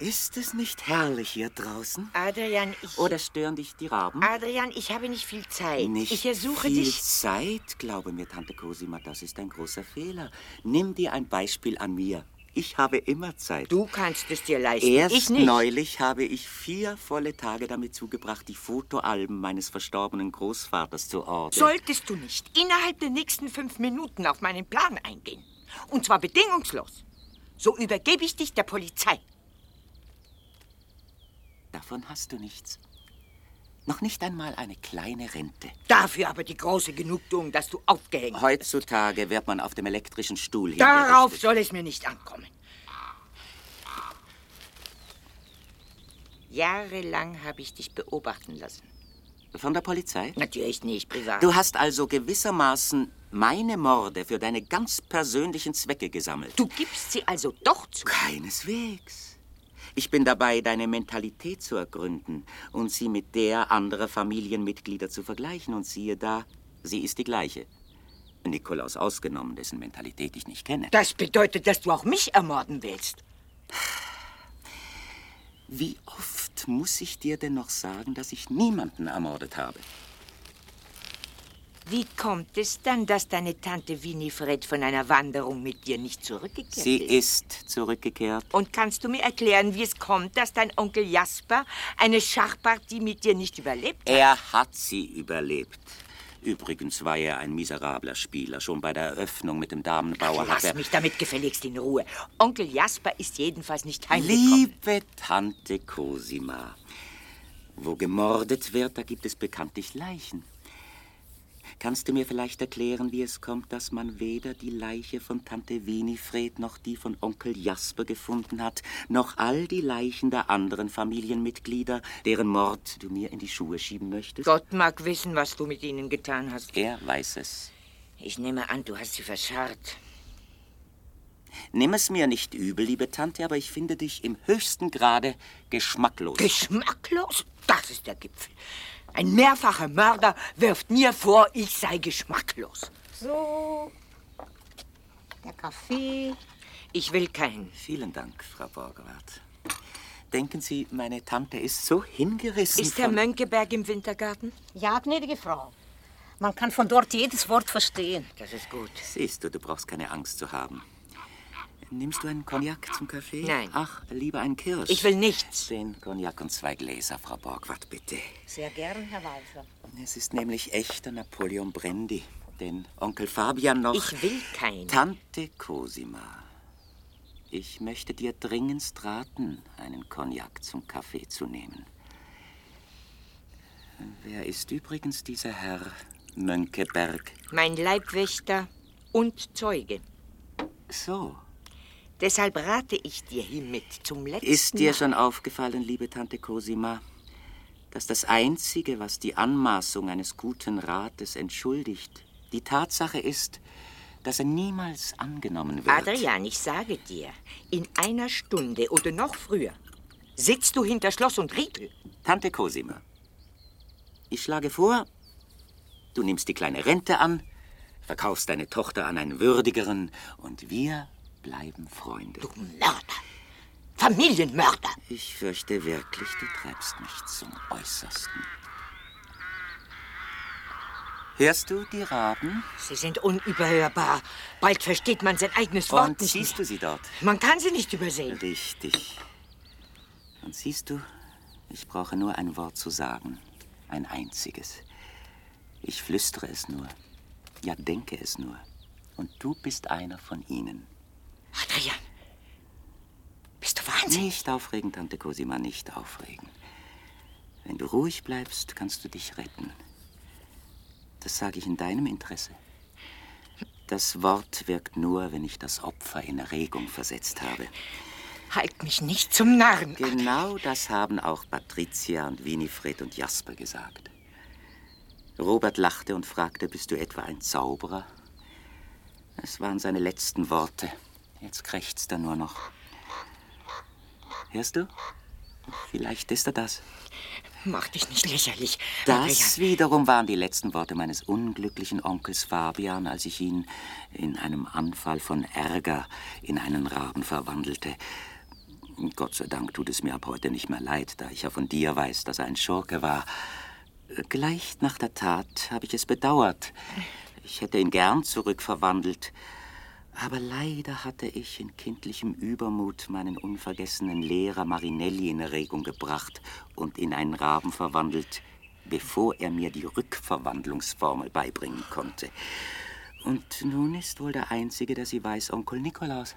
[SPEAKER 2] Ist es nicht herrlich hier draußen?
[SPEAKER 3] Adrian, ich.
[SPEAKER 2] Oder stören dich die Raben?
[SPEAKER 3] Adrian, ich habe nicht viel Zeit.
[SPEAKER 2] Hm? Nicht
[SPEAKER 3] ich ersuche
[SPEAKER 2] viel
[SPEAKER 3] dich.
[SPEAKER 2] Zeit, glaube mir, Tante Cosima, das ist ein großer Fehler. Nimm dir ein Beispiel an mir. Ich habe immer Zeit.
[SPEAKER 3] Du kannst es dir leisten.
[SPEAKER 2] Erst
[SPEAKER 3] ich nicht.
[SPEAKER 2] neulich habe ich vier volle Tage damit zugebracht, die Fotoalben meines verstorbenen Großvaters zu ordnen.
[SPEAKER 3] Solltest du nicht innerhalb der nächsten fünf Minuten auf meinen Plan eingehen. Und zwar bedingungslos. So übergebe ich dich der Polizei.
[SPEAKER 2] Davon hast du nichts. Noch nicht einmal eine kleine Rente.
[SPEAKER 3] Dafür aber die große Genugtuung, dass du aufgehängt hast.
[SPEAKER 2] Heutzutage wird man auf dem elektrischen Stuhl
[SPEAKER 3] Darauf
[SPEAKER 2] hingerichtet.
[SPEAKER 3] soll es mir nicht ankommen. Jahrelang habe ich dich beobachten lassen.
[SPEAKER 2] Von der Polizei?
[SPEAKER 3] Natürlich nicht privat.
[SPEAKER 2] Du hast also gewissermaßen meine Morde für deine ganz persönlichen Zwecke gesammelt.
[SPEAKER 3] du gibst sie also doch zu.
[SPEAKER 2] Keineswegs. Ich bin dabei, deine Mentalität zu ergründen und sie mit der anderer Familienmitglieder zu vergleichen. Und siehe da, sie ist die gleiche. Nikolaus ausgenommen, dessen Mentalität ich nicht kenne.
[SPEAKER 3] Das bedeutet, dass du auch mich ermorden willst.
[SPEAKER 2] Wie oft muss ich dir denn noch sagen, dass ich niemanden ermordet habe?
[SPEAKER 3] Wie kommt es dann, dass deine Tante Winifred von einer Wanderung mit dir nicht zurückgekehrt
[SPEAKER 2] Sie
[SPEAKER 3] ist?
[SPEAKER 2] ist zurückgekehrt.
[SPEAKER 3] Und kannst du mir erklären, wie es kommt, dass dein Onkel Jasper eine Schachpartie mit dir nicht überlebt?
[SPEAKER 2] Er hat sie überlebt. Übrigens war er ein miserabler Spieler. Schon bei der Eröffnung mit dem Damenbauer hat
[SPEAKER 3] Lass
[SPEAKER 2] er.
[SPEAKER 3] mich damit gefälligst in Ruhe. Onkel Jasper ist jedenfalls nicht heimgekommen.
[SPEAKER 2] Liebe Tante Cosima, wo gemordet wird, da gibt es bekanntlich Leichen. Kannst du mir vielleicht erklären, wie es kommt, dass man weder die Leiche von Tante Winifred noch die von Onkel Jasper gefunden hat, noch all die Leichen der anderen Familienmitglieder, deren Mord du mir in die Schuhe schieben möchtest?
[SPEAKER 3] Gott mag wissen, was du mit ihnen getan hast.
[SPEAKER 2] Er weiß es.
[SPEAKER 3] Ich nehme an, du hast sie verscharrt.
[SPEAKER 2] Nimm es mir nicht übel, liebe Tante, aber ich finde dich im höchsten Grade geschmacklos.
[SPEAKER 3] Geschmacklos? Das ist der Gipfel. Ein mehrfacher Mörder wirft mir vor, ich sei geschmacklos.
[SPEAKER 1] So, der Kaffee.
[SPEAKER 3] Ich will keinen.
[SPEAKER 2] Vielen Dank, Frau Borgward. Denken Sie, meine Tante ist so hingerissen.
[SPEAKER 3] Ist Herr
[SPEAKER 2] von-
[SPEAKER 3] Mönckeberg im Wintergarten?
[SPEAKER 1] Ja, gnädige Frau. Man kann von dort jedes Wort verstehen.
[SPEAKER 3] Das ist gut.
[SPEAKER 2] Siehst du, du brauchst keine Angst zu haben. Nimmst du einen Cognac zum Kaffee?
[SPEAKER 3] Nein.
[SPEAKER 2] Ach, lieber einen Kirsch.
[SPEAKER 3] Ich will nichts.
[SPEAKER 2] Den Cognac und zwei Gläser, Frau Borgward, bitte.
[SPEAKER 1] Sehr gern, Herr Walser.
[SPEAKER 2] Es ist nämlich echter Napoleon Brandy, den Onkel Fabian noch.
[SPEAKER 3] Ich will keinen.
[SPEAKER 2] Tante Cosima, ich möchte dir dringendst raten, einen Cognac zum Kaffee zu nehmen. Wer ist übrigens dieser Herr Mönckeberg?
[SPEAKER 3] Mein Leibwächter und Zeuge.
[SPEAKER 2] So,
[SPEAKER 3] Deshalb rate ich dir hiermit zum letzten
[SPEAKER 2] ist dir
[SPEAKER 3] Mal.
[SPEAKER 2] schon aufgefallen, liebe Tante Cosima, dass das Einzige, was die Anmaßung eines guten Rates entschuldigt, die Tatsache ist, dass er niemals angenommen wird.
[SPEAKER 3] Adrian, ich sage dir, in einer Stunde oder noch früher sitzt du hinter Schloss und Riegel.
[SPEAKER 2] Tante Cosima, ich schlage vor, du nimmst die kleine Rente an, verkaufst deine Tochter an einen würdigeren und wir bleiben Freunde.
[SPEAKER 3] Du um Mörder. Familienmörder.
[SPEAKER 2] Ich fürchte wirklich, du treibst mich zum Äußersten. Hörst du die Raben?
[SPEAKER 3] Sie sind unüberhörbar. Bald versteht man sein eigenes Wort
[SPEAKER 2] Und
[SPEAKER 3] nicht
[SPEAKER 2] siehst du
[SPEAKER 3] mehr.
[SPEAKER 2] sie dort?
[SPEAKER 3] Man kann sie nicht übersehen.
[SPEAKER 2] Richtig. Und siehst du, ich brauche nur ein Wort zu sagen. Ein einziges. Ich flüstere es nur. Ja, denke es nur. Und du bist einer von ihnen.
[SPEAKER 3] Adrian, bist du wahnsinnig?
[SPEAKER 2] Nicht aufregen, Tante Cosima, nicht aufregen. Wenn du ruhig bleibst, kannst du dich retten. Das sage ich in deinem Interesse. Das Wort wirkt nur, wenn ich das Opfer in Erregung versetzt habe.
[SPEAKER 3] Halt mich nicht zum Narren.
[SPEAKER 2] Genau das haben auch Patricia und Winifred und Jasper gesagt. Robert lachte und fragte, bist du etwa ein Zauberer? Es waren seine letzten Worte. Jetzt krächzt er nur noch. Hörst du? Vielleicht ist er das.
[SPEAKER 3] Mach dich nicht lächerlich.
[SPEAKER 2] Das wiederum waren die letzten Worte meines unglücklichen Onkels Fabian, als ich ihn in einem Anfall von Ärger in einen Raben verwandelte. Gott sei Dank tut es mir ab heute nicht mehr leid, da ich ja von dir weiß, dass er ein Schurke war. Gleich nach der Tat habe ich es bedauert. Ich hätte ihn gern zurückverwandelt. Aber leider hatte ich in kindlichem Übermut meinen unvergessenen Lehrer Marinelli in Erregung gebracht und in einen Raben verwandelt, bevor er mir die Rückverwandlungsformel beibringen konnte. Und nun ist wohl der Einzige, der sie weiß, Onkel Nikolaus.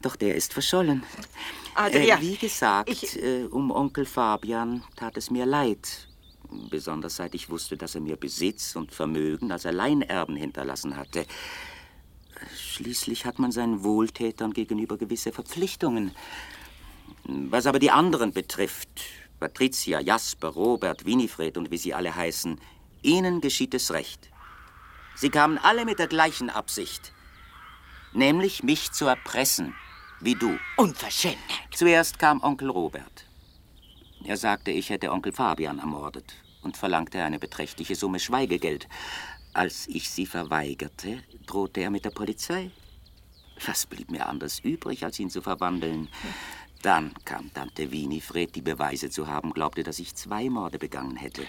[SPEAKER 2] Doch der ist verschollen. Äh,
[SPEAKER 3] Adrian,
[SPEAKER 2] wie gesagt,
[SPEAKER 3] ich-
[SPEAKER 2] äh, um Onkel Fabian tat es mir leid. Besonders seit ich wusste, dass er mir Besitz und Vermögen als Alleinerben hinterlassen hatte. Schließlich hat man seinen Wohltätern gegenüber gewisse Verpflichtungen. Was aber die anderen betrifft, Patricia, Jasper, Robert, Winifred und wie sie alle heißen, ihnen geschieht es recht. Sie kamen alle mit der gleichen Absicht, nämlich mich zu erpressen, wie du.
[SPEAKER 3] Unverschämt.
[SPEAKER 2] Zuerst kam Onkel Robert. Er sagte, ich hätte Onkel Fabian ermordet und verlangte eine beträchtliche Summe Schweigegeld. Als ich sie verweigerte, drohte er mit der Polizei. Was blieb mir anders übrig, als ihn zu verwandeln? Dann kam Tante Winifred, die Beweise zu haben glaubte, dass ich zwei Morde begangen hätte.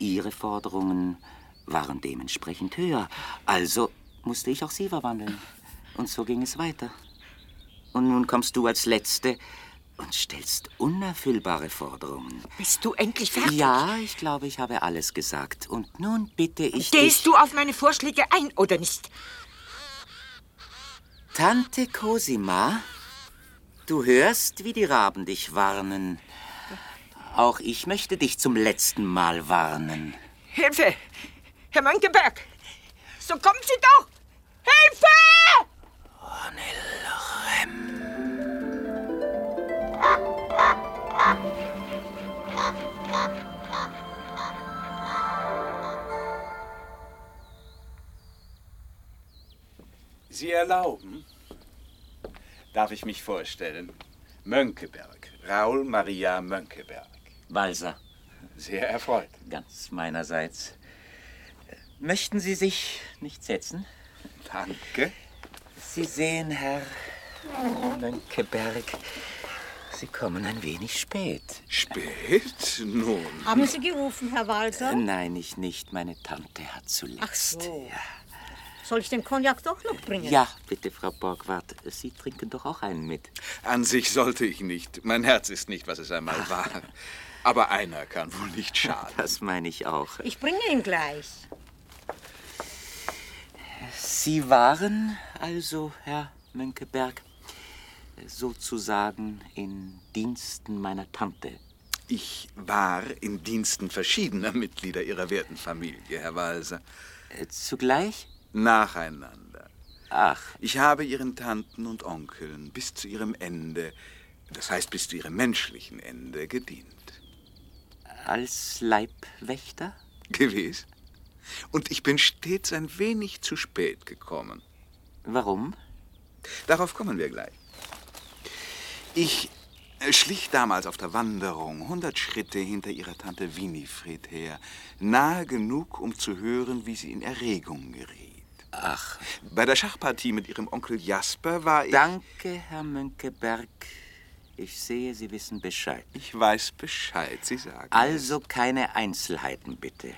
[SPEAKER 2] Ihre Forderungen waren dementsprechend höher, also musste ich auch sie verwandeln. Und so ging es weiter. Und nun kommst du als Letzte und stellst unerfüllbare Forderungen.
[SPEAKER 3] Bist du endlich fertig?
[SPEAKER 2] Ja, ich glaube, ich habe alles gesagt. Und nun bitte ich dich...
[SPEAKER 3] Gehst du auf meine Vorschläge ein oder nicht?
[SPEAKER 2] Tante Cosima, du hörst, wie die Raben dich warnen. Auch ich möchte dich zum letzten Mal warnen.
[SPEAKER 3] Hilfe! Herr Mönckeberg! So kommen Sie doch! Hilfe!
[SPEAKER 4] Sie erlauben? Darf ich mich vorstellen? Mönckeberg, Raul Maria Mönckeberg.
[SPEAKER 2] Walser,
[SPEAKER 4] Sehr erfreut.
[SPEAKER 2] ganz meinerseits. Möchten Sie sich nicht setzen?
[SPEAKER 4] Danke.
[SPEAKER 2] Sie sehen, Herr Mönckeberg, Sie kommen ein wenig spät.
[SPEAKER 4] Spät? Nun.
[SPEAKER 1] Haben Sie gerufen, Herr Walser?
[SPEAKER 2] Nein, ich nicht. Meine Tante hat zuletzt.
[SPEAKER 1] Soll ich den Cognac doch noch bringen?
[SPEAKER 2] Ja, bitte, Frau Borgward, Sie trinken doch auch einen mit.
[SPEAKER 4] An sich sollte ich nicht. Mein Herz ist nicht, was es einmal war. Aber einer kann wohl nicht schaden.
[SPEAKER 2] Das meine ich auch.
[SPEAKER 1] Ich bringe ihn gleich.
[SPEAKER 2] Sie waren also, Herr Mönckeberg, sozusagen in Diensten meiner Tante.
[SPEAKER 4] Ich war in Diensten verschiedener Mitglieder Ihrer werten Familie, Herr Walser.
[SPEAKER 2] Äh, Zugleich?
[SPEAKER 4] Nacheinander.
[SPEAKER 2] Ach,
[SPEAKER 4] Ich habe Ihren Tanten und Onkeln bis zu ihrem Ende, das heißt bis zu ihrem menschlichen Ende, gedient.
[SPEAKER 2] als Leibwächter?
[SPEAKER 4] Gewiss. Und ich bin stets ein wenig zu spät gekommen.
[SPEAKER 2] Warum?
[SPEAKER 4] Darauf kommen wir gleich. Ich äh, schlich damals auf der Wanderung hundert Schritte hinter ihrer Tante Winifred her, nahe genug, um zu hören, wie sie in Erregung geriet.
[SPEAKER 2] Ach.
[SPEAKER 4] Bei der Schachpartie mit ihrem Onkel Jasper war ich...
[SPEAKER 2] Danke, Herr Mönckeberg. Ich sehe, Sie wissen Bescheid.
[SPEAKER 4] Ich weiß Bescheid, Sie sagen.
[SPEAKER 2] Also keine Einzelheiten, bitte.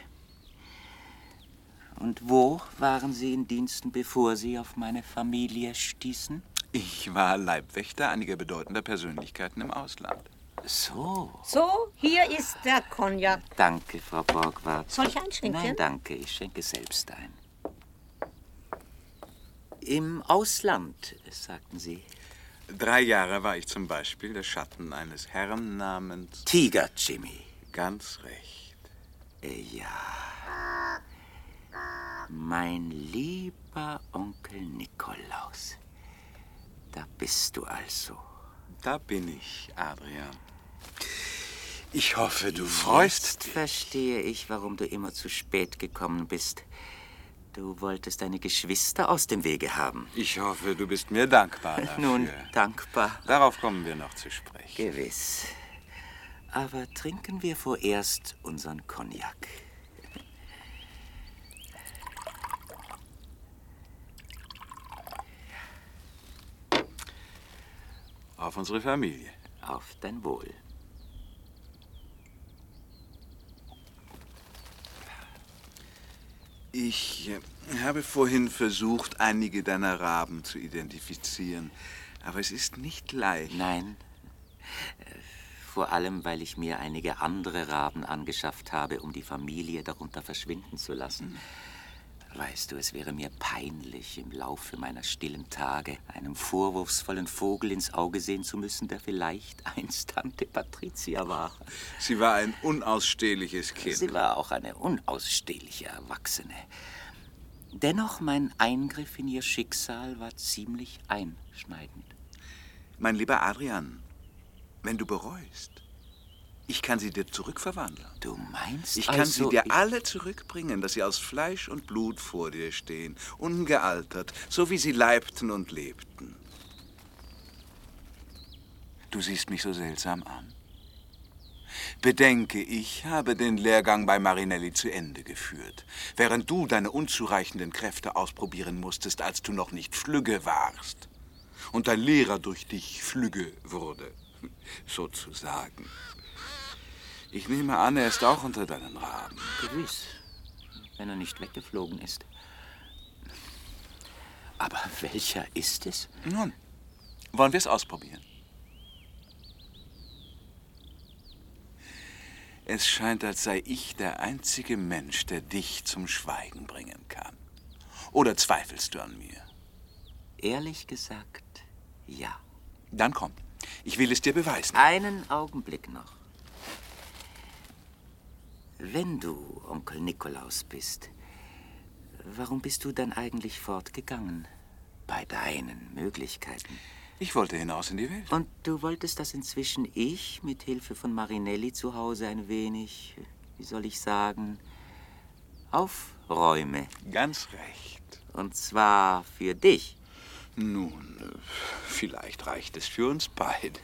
[SPEAKER 2] Und wo waren Sie in Diensten, bevor Sie auf meine Familie stießen?
[SPEAKER 4] Ich war Leibwächter einiger bedeutender Persönlichkeiten im Ausland.
[SPEAKER 2] So.
[SPEAKER 1] So, hier ist der Cognac.
[SPEAKER 2] Danke, Frau Borgward.
[SPEAKER 1] Soll ich einschenken?
[SPEAKER 2] Nein, danke. Ich schenke selbst ein. Im Ausland, sagten Sie.
[SPEAKER 4] Drei Jahre war ich zum Beispiel der Schatten eines Herrn namens...
[SPEAKER 2] Tiger, Jimmy.
[SPEAKER 4] Ganz recht.
[SPEAKER 2] Äh, Ja. Mein lieber Onkel Nikolaus. Da bist du also.
[SPEAKER 4] Da bin ich, Adrian. Ich hoffe, du freust
[SPEAKER 2] Jetzt
[SPEAKER 4] dich.
[SPEAKER 2] verstehe ich, warum du immer zu spät gekommen bist. Du wolltest deine Geschwister aus dem Wege haben.
[SPEAKER 4] Ich hoffe, du bist mir dankbar dafür.
[SPEAKER 2] Nun, dankbar.
[SPEAKER 4] Darauf kommen wir noch zu sprechen.
[SPEAKER 2] Gewiss. Aber trinken wir vorerst unseren Cognac.
[SPEAKER 4] Auf unsere Familie.
[SPEAKER 2] Auf dein Wohl.
[SPEAKER 4] Ich äh, habe vorhin versucht, einige deiner Raben zu identifizieren. Aber es ist nicht leicht.
[SPEAKER 2] Nein. Äh, Vor allem, weil ich mir einige andere Raben angeschafft habe, um die Familie darunter verschwinden zu lassen. Weißt du, es wäre mir peinlich, im Laufe meiner stillen Tage einem vorwurfsvollen Vogel ins Auge sehen zu müssen, der vielleicht [LAUGHS] einst Tante Patricia war.
[SPEAKER 4] Sie war ein unausstehliches Kind.
[SPEAKER 2] Sie war auch eine unausstehliche Erwachsene. Dennoch, mein Eingriff in ihr Schicksal war ziemlich einschneidend.
[SPEAKER 4] Mein lieber Adrian, wenn du bereust, ich kann sie dir zurückverwandeln.
[SPEAKER 2] Du meinst
[SPEAKER 4] Ich kann
[SPEAKER 2] also,
[SPEAKER 4] sie dir
[SPEAKER 2] ich-
[SPEAKER 4] alle zurückbringen, dass sie aus Fleisch und Blut vor dir stehen, ungealtert, so wie sie leibten und lebten. Du siehst mich so seltsam an. Bedenke, ich habe den Lehrgang bei Marinelli zu Ende geführt, während du deine unzureichenden Kräfte ausprobieren musstest, als du noch nicht flügge warst und dein Lehrer durch dich flügge wurde. [LAUGHS] sozusagen. Ich nehme an, er ist auch unter deinen Raben.
[SPEAKER 2] Gewiss, wenn er nicht weggeflogen ist. Aber welcher ist es?
[SPEAKER 4] Nun, wollen wir es ausprobieren? Es scheint, als sei ich der einzige Mensch, der dich zum Schweigen bringen kann. Oder zweifelst du an mir?
[SPEAKER 2] Ehrlich gesagt, ja.
[SPEAKER 4] Dann komm. Ich will es dir beweisen.
[SPEAKER 2] Einen Augenblick noch. Wenn du Onkel Nikolaus bist, warum bist du dann eigentlich fortgegangen? Bei deinen Möglichkeiten.
[SPEAKER 4] Ich wollte hinaus in die Welt.
[SPEAKER 2] Und du wolltest, dass inzwischen ich mit Hilfe von Marinelli zu Hause ein wenig, wie soll ich sagen, aufräume.
[SPEAKER 4] Ganz recht.
[SPEAKER 2] Und zwar für dich.
[SPEAKER 4] Nun, äh, vielleicht reicht es für uns [LAUGHS] beide.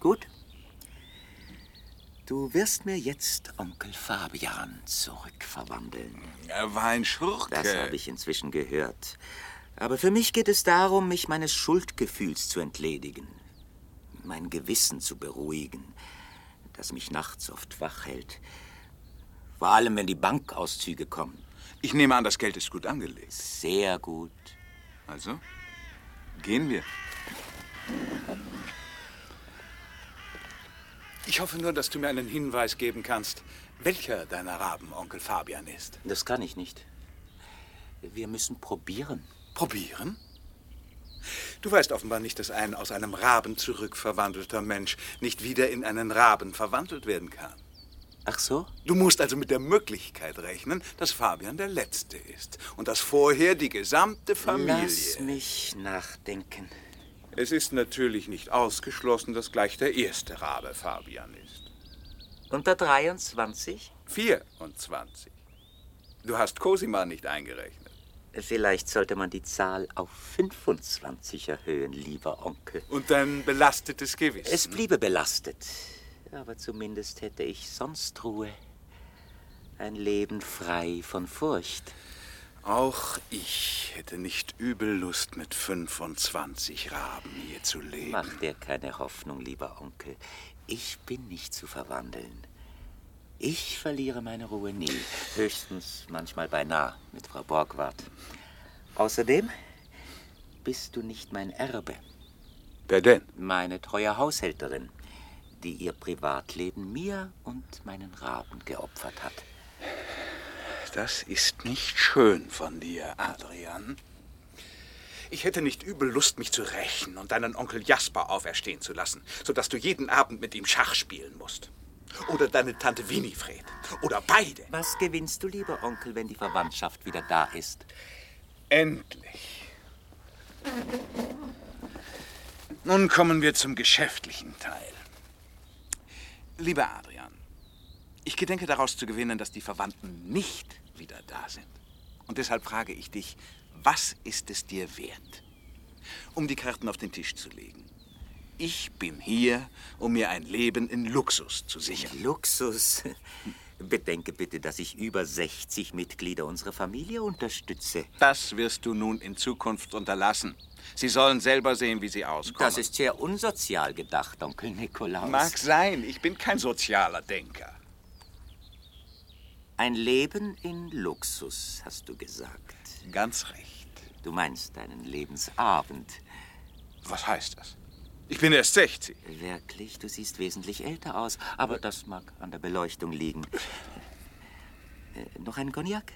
[SPEAKER 2] Gut. Du wirst mir jetzt Onkel Fabian zurückverwandeln.
[SPEAKER 4] Er war ein Schurke.
[SPEAKER 2] Das habe ich inzwischen gehört. Aber für mich geht es darum, mich meines Schuldgefühls zu entledigen, mein Gewissen zu beruhigen, das mich nachts oft wach hält. Vor allem, wenn die Bankauszüge kommen.
[SPEAKER 4] Ich nehme an, das Geld ist gut angelegt.
[SPEAKER 2] Sehr gut.
[SPEAKER 4] Also, gehen wir. Ich hoffe nur, dass du mir einen Hinweis geben kannst, welcher deiner Raben Onkel Fabian ist.
[SPEAKER 2] Das kann ich nicht. Wir müssen probieren.
[SPEAKER 4] Probieren? Du weißt offenbar nicht, dass ein aus einem Raben zurückverwandelter Mensch nicht wieder in einen Raben verwandelt werden kann.
[SPEAKER 2] Ach so?
[SPEAKER 4] Du musst also mit der Möglichkeit rechnen, dass Fabian der Letzte ist und dass vorher die gesamte Familie.
[SPEAKER 2] Lass mich nachdenken.
[SPEAKER 4] Es ist natürlich nicht ausgeschlossen, dass gleich der erste Rabe Fabian ist.
[SPEAKER 2] Unter 23?
[SPEAKER 4] 24. Du hast Cosima nicht eingerechnet.
[SPEAKER 2] Vielleicht sollte man die Zahl auf 25 erhöhen, lieber Onkel.
[SPEAKER 4] Und dein belastetes Gewissen.
[SPEAKER 2] Es bliebe belastet. Aber zumindest hätte ich sonst Ruhe. Ein Leben frei von Furcht.
[SPEAKER 4] Auch ich hätte nicht übel Lust, mit 25 Raben hier zu leben.
[SPEAKER 2] Mach dir keine Hoffnung, lieber Onkel. Ich bin nicht zu verwandeln. Ich verliere meine Ruhe nie. Höchstens manchmal beinahe mit Frau Borgward. Außerdem bist du nicht mein Erbe,
[SPEAKER 4] Wer denn?
[SPEAKER 2] meine treue Haushälterin, die ihr Privatleben mir und meinen Raben geopfert hat.
[SPEAKER 4] Das ist nicht schön von dir, Adrian. Ich hätte nicht übel Lust, mich zu rächen und deinen Onkel Jasper auferstehen zu lassen, sodass du jeden Abend mit ihm Schach spielen musst. Oder deine Tante Winifred. Oder beide.
[SPEAKER 2] Was gewinnst du, lieber Onkel, wenn die Verwandtschaft wieder da ist?
[SPEAKER 4] Endlich. Nun kommen wir zum geschäftlichen Teil. Lieber Adrian, ich gedenke daraus zu gewinnen, dass die Verwandten nicht wieder da sind. Und deshalb frage ich dich, was ist es dir wert? Um die Karten auf den Tisch zu legen. Ich bin hier, um mir ein Leben in Luxus zu sichern.
[SPEAKER 2] Luxus. Bedenke bitte, dass ich über 60 Mitglieder unserer Familie unterstütze.
[SPEAKER 4] Das wirst du nun in Zukunft unterlassen. Sie sollen selber sehen, wie sie auskommen.
[SPEAKER 2] Das ist sehr unsozial gedacht, Onkel Nikolaus.
[SPEAKER 4] Mag sein, ich bin kein sozialer Denker.
[SPEAKER 2] Ein Leben in Luxus, hast du gesagt.
[SPEAKER 4] Ganz recht.
[SPEAKER 2] Du meinst deinen Lebensabend.
[SPEAKER 4] Was heißt das? Ich bin erst 60.
[SPEAKER 2] Wirklich, du siehst wesentlich älter aus, aber das mag an der Beleuchtung liegen. Äh, noch einen Cognac?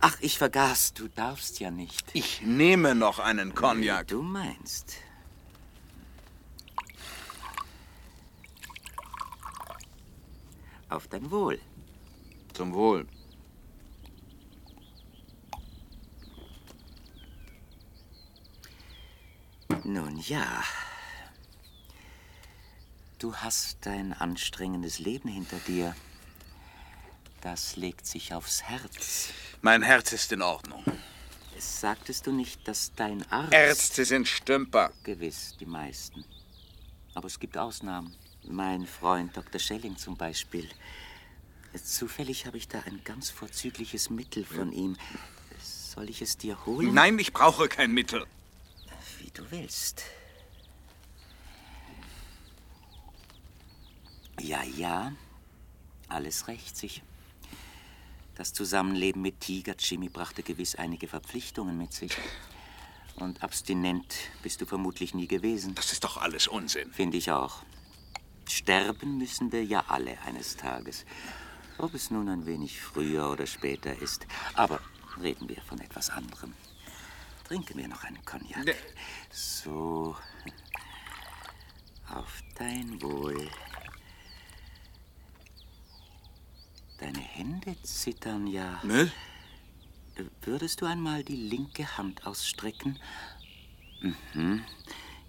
[SPEAKER 2] Ach, ich vergaß, du darfst ja nicht.
[SPEAKER 4] Ich nehme noch einen Cognac.
[SPEAKER 2] Du meinst. Auf dein Wohl.
[SPEAKER 4] Zum Wohl.
[SPEAKER 2] Nun ja. Du hast ein anstrengendes Leben hinter dir. Das legt sich aufs Herz.
[SPEAKER 4] Mein Herz ist in Ordnung.
[SPEAKER 2] Sagtest du nicht, dass dein Arzt...
[SPEAKER 4] Ärzte sind Stümper.
[SPEAKER 2] Gewiss, die meisten. Aber es gibt Ausnahmen. Mein Freund Dr. Schelling zum Beispiel. Zufällig habe ich da ein ganz vorzügliches Mittel von ihm. Soll ich es dir holen?
[SPEAKER 4] Nein, ich brauche kein Mittel.
[SPEAKER 2] du willst. Ja, ja, alles rächt sich. Das Zusammenleben mit Tiger Jimmy brachte gewiss einige Verpflichtungen mit sich. Und abstinent bist du vermutlich nie gewesen.
[SPEAKER 4] Das ist doch alles Unsinn.
[SPEAKER 2] Finde ich auch. Sterben müssen wir ja alle eines Tages. Ob es nun ein wenig früher oder später ist. Aber reden wir von etwas anderem. Trinken wir noch einen Cognac.
[SPEAKER 4] Nee.
[SPEAKER 2] So. Auf dein Wohl. Deine Hände zittern ja.
[SPEAKER 4] Ne?
[SPEAKER 2] Würdest du einmal die linke Hand ausstrecken? Mhm.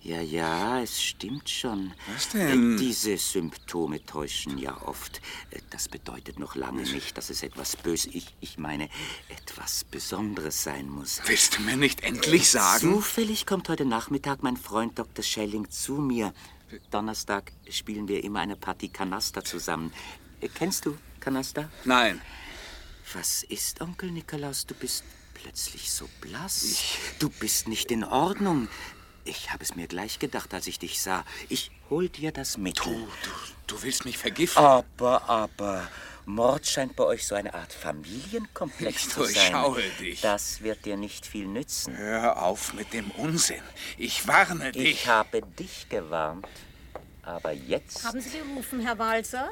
[SPEAKER 2] Ja, ja, es stimmt schon.
[SPEAKER 4] Was denn?
[SPEAKER 2] Äh, Diese Symptome täuschen ja oft. Äh, Das bedeutet noch lange nicht, dass es etwas Böses, ich, ich meine, etwas Besonderes sein muss.
[SPEAKER 4] Willst du mir nicht endlich sagen?
[SPEAKER 2] Zufällig kommt heute Nachmittag mein Freund Dr. Schelling zu mir.
[SPEAKER 4] Äh.
[SPEAKER 2] Donnerstag spielen wir immer eine Partie Kanaster zusammen. Äh, Kennst du Kanaster?
[SPEAKER 4] Nein.
[SPEAKER 2] Was ist, Onkel Nikolaus? Du bist plötzlich so blass. Du bist nicht in Ordnung. Ich habe es mir gleich gedacht, als ich dich sah. Ich hol dir das Mittel.
[SPEAKER 4] Du, du, du willst mich vergiften?
[SPEAKER 2] Aber, aber, Mord scheint bei euch so eine Art Familienkomplex [LAUGHS]
[SPEAKER 4] Ich
[SPEAKER 2] zu sein.
[SPEAKER 4] durchschaue dich.
[SPEAKER 2] Das wird dir nicht viel nützen.
[SPEAKER 4] Hör auf mit dem Unsinn. Ich warne dich.
[SPEAKER 2] Ich habe dich gewarnt. Aber jetzt.
[SPEAKER 1] Haben Sie gerufen, Herr Walser?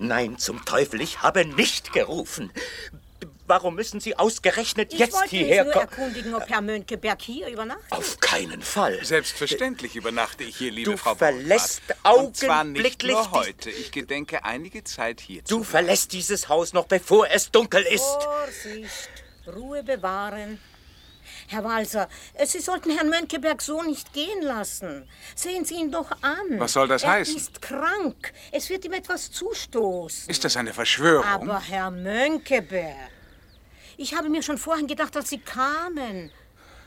[SPEAKER 2] Nein, zum Teufel, ich habe nicht gerufen. Warum müssen Sie ausgerechnet
[SPEAKER 1] Ich
[SPEAKER 2] jetzt
[SPEAKER 1] wollte mich
[SPEAKER 2] hierher
[SPEAKER 1] nur
[SPEAKER 2] kommen?
[SPEAKER 1] erkundigen, ob Herr Mönckeberg hier übernachtet.
[SPEAKER 2] Auf keinen Fall.
[SPEAKER 4] Selbstverständlich übernachte ich hier, liebe
[SPEAKER 2] Du
[SPEAKER 4] Frau
[SPEAKER 2] verlässt
[SPEAKER 4] Bonaparte. Und zwar nicht
[SPEAKER 2] augenblicklich
[SPEAKER 4] nur
[SPEAKER 2] dies-
[SPEAKER 4] heute. Ich gedenke einige Zeit hier
[SPEAKER 2] Du
[SPEAKER 4] zu.
[SPEAKER 2] verlässt dieses Haus noch bevor es dunkel ist.
[SPEAKER 1] Vorsicht, Ruhe bewahren. Herr Walser, äh, Sie sollten Herrn Mönckeberg so nicht gehen lassen. Sehen Sie ihn doch an.
[SPEAKER 4] Was soll das
[SPEAKER 1] er
[SPEAKER 4] heißen?
[SPEAKER 1] Er ist krank. Es wird ihm etwas zustoßen.
[SPEAKER 4] Ist das eine Verschwörung?
[SPEAKER 1] Aber Herr Mönckeberg, ich habe mir schon vorhin gedacht, dass Sie kamen.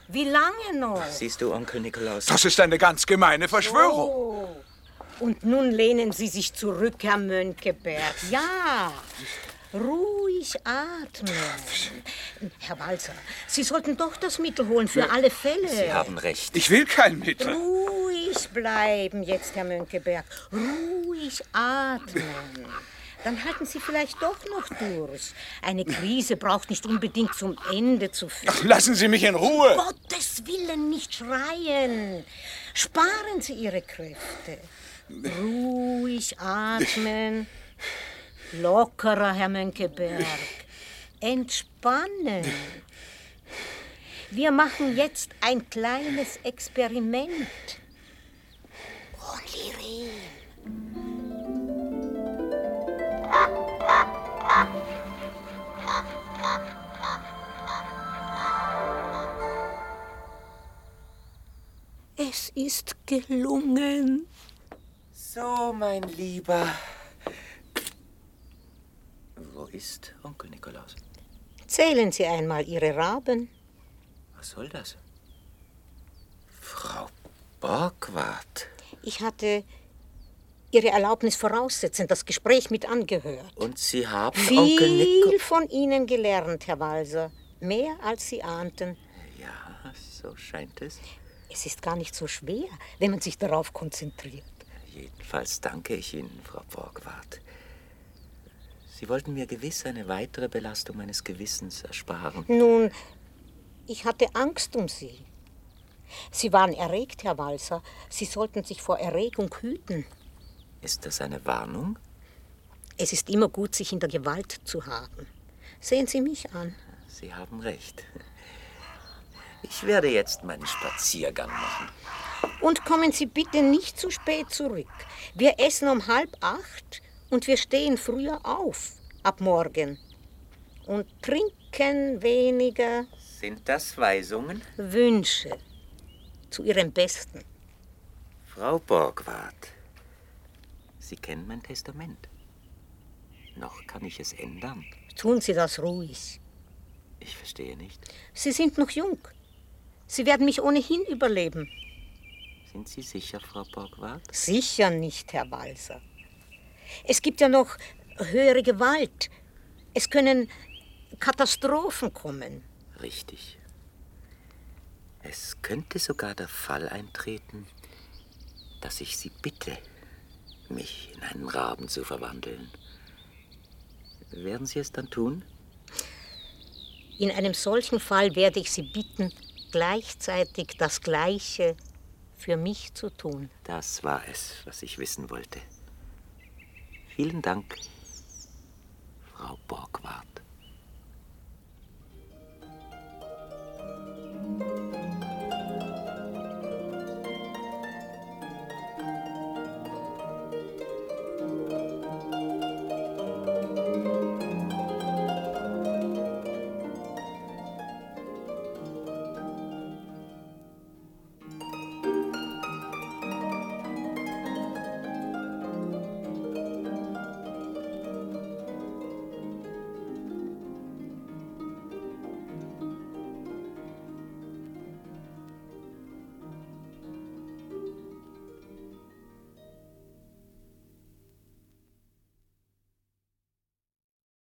[SPEAKER 1] Wie lange noch?
[SPEAKER 2] Siehst du, Onkel Nikolaus?
[SPEAKER 4] das ist eine ganz gemeine Verschwörung.
[SPEAKER 1] Und nun lehnen Sie sich zurück, Herr Mönckeberg. Ja, ruhig atmen. Herr Walzer, Sie sollten doch das Mittel holen für alle Fälle.
[SPEAKER 2] Sie haben recht.
[SPEAKER 4] Ich will kein Mittel.
[SPEAKER 1] Ruhig bleiben jetzt, Herr Mönckeberg. Ruhig atmen. Dann halten Sie vielleicht doch noch durch. Eine Krise braucht nicht unbedingt zum Ende zu führen.
[SPEAKER 4] Lassen Sie mich in Ruhe.
[SPEAKER 1] Gottes Willen nicht schreien. Sparen Sie Ihre Kräfte. Ruhig atmen. Lockerer, Herr Mönckeberg. Entspannen. Wir machen jetzt ein kleines Experiment. Only Rain. Es ist gelungen.
[SPEAKER 2] So, mein Lieber. Wo ist Onkel Nikolaus?
[SPEAKER 1] Zählen Sie einmal Ihre Raben.
[SPEAKER 2] Was soll das? Frau Borgward.
[SPEAKER 1] Ich hatte Ihre Erlaubnis voraussetzend das Gespräch mit angehört.
[SPEAKER 2] Und Sie haben Onkel
[SPEAKER 1] Viel
[SPEAKER 2] Nikolaus.
[SPEAKER 1] von Ihnen gelernt, Herr Walser. Mehr als Sie ahnten.
[SPEAKER 2] Ja, so scheint es.
[SPEAKER 1] Es ist gar nicht so schwer, wenn man sich darauf konzentriert.
[SPEAKER 2] Jedenfalls danke ich Ihnen, Frau Borgward. Sie wollten mir gewiss eine weitere Belastung meines Gewissens ersparen.
[SPEAKER 1] Nun, ich hatte Angst um Sie. Sie waren erregt, Herr Walser. Sie sollten sich vor Erregung hüten.
[SPEAKER 2] Ist das eine Warnung?
[SPEAKER 1] Es ist immer gut, sich in der Gewalt zu haben. Sehen Sie mich an.
[SPEAKER 2] Sie haben recht. Ich werde jetzt meinen Spaziergang machen.
[SPEAKER 1] Und kommen Sie bitte nicht zu spät zurück. Wir essen um halb acht und wir stehen früher auf ab morgen. Und trinken weniger
[SPEAKER 2] Sind das Weisungen?
[SPEAKER 1] Wünsche zu Ihrem Besten.
[SPEAKER 2] Frau Borgward, Sie kennen mein Testament. Noch kann ich es ändern.
[SPEAKER 1] Tun Sie das ruhig.
[SPEAKER 2] Ich verstehe nicht.
[SPEAKER 1] Sie sind noch jung. Sie werden mich ohnehin überleben.
[SPEAKER 2] Sind Sie sicher, Frau Borgward?
[SPEAKER 1] Sicher nicht, Herr Walser. Es gibt ja noch höhere Gewalt. Es können Katastrophen kommen.
[SPEAKER 2] Richtig. Es könnte sogar der Fall eintreten, dass ich Sie bitte, mich in einen Raben zu verwandeln. Werden Sie es dann tun?
[SPEAKER 1] In einem solchen Fall werde ich Sie bitten, gleichzeitig das Gleiche für mich zu tun.
[SPEAKER 2] Das war es, was ich wissen wollte. Vielen Dank, Frau Borgward.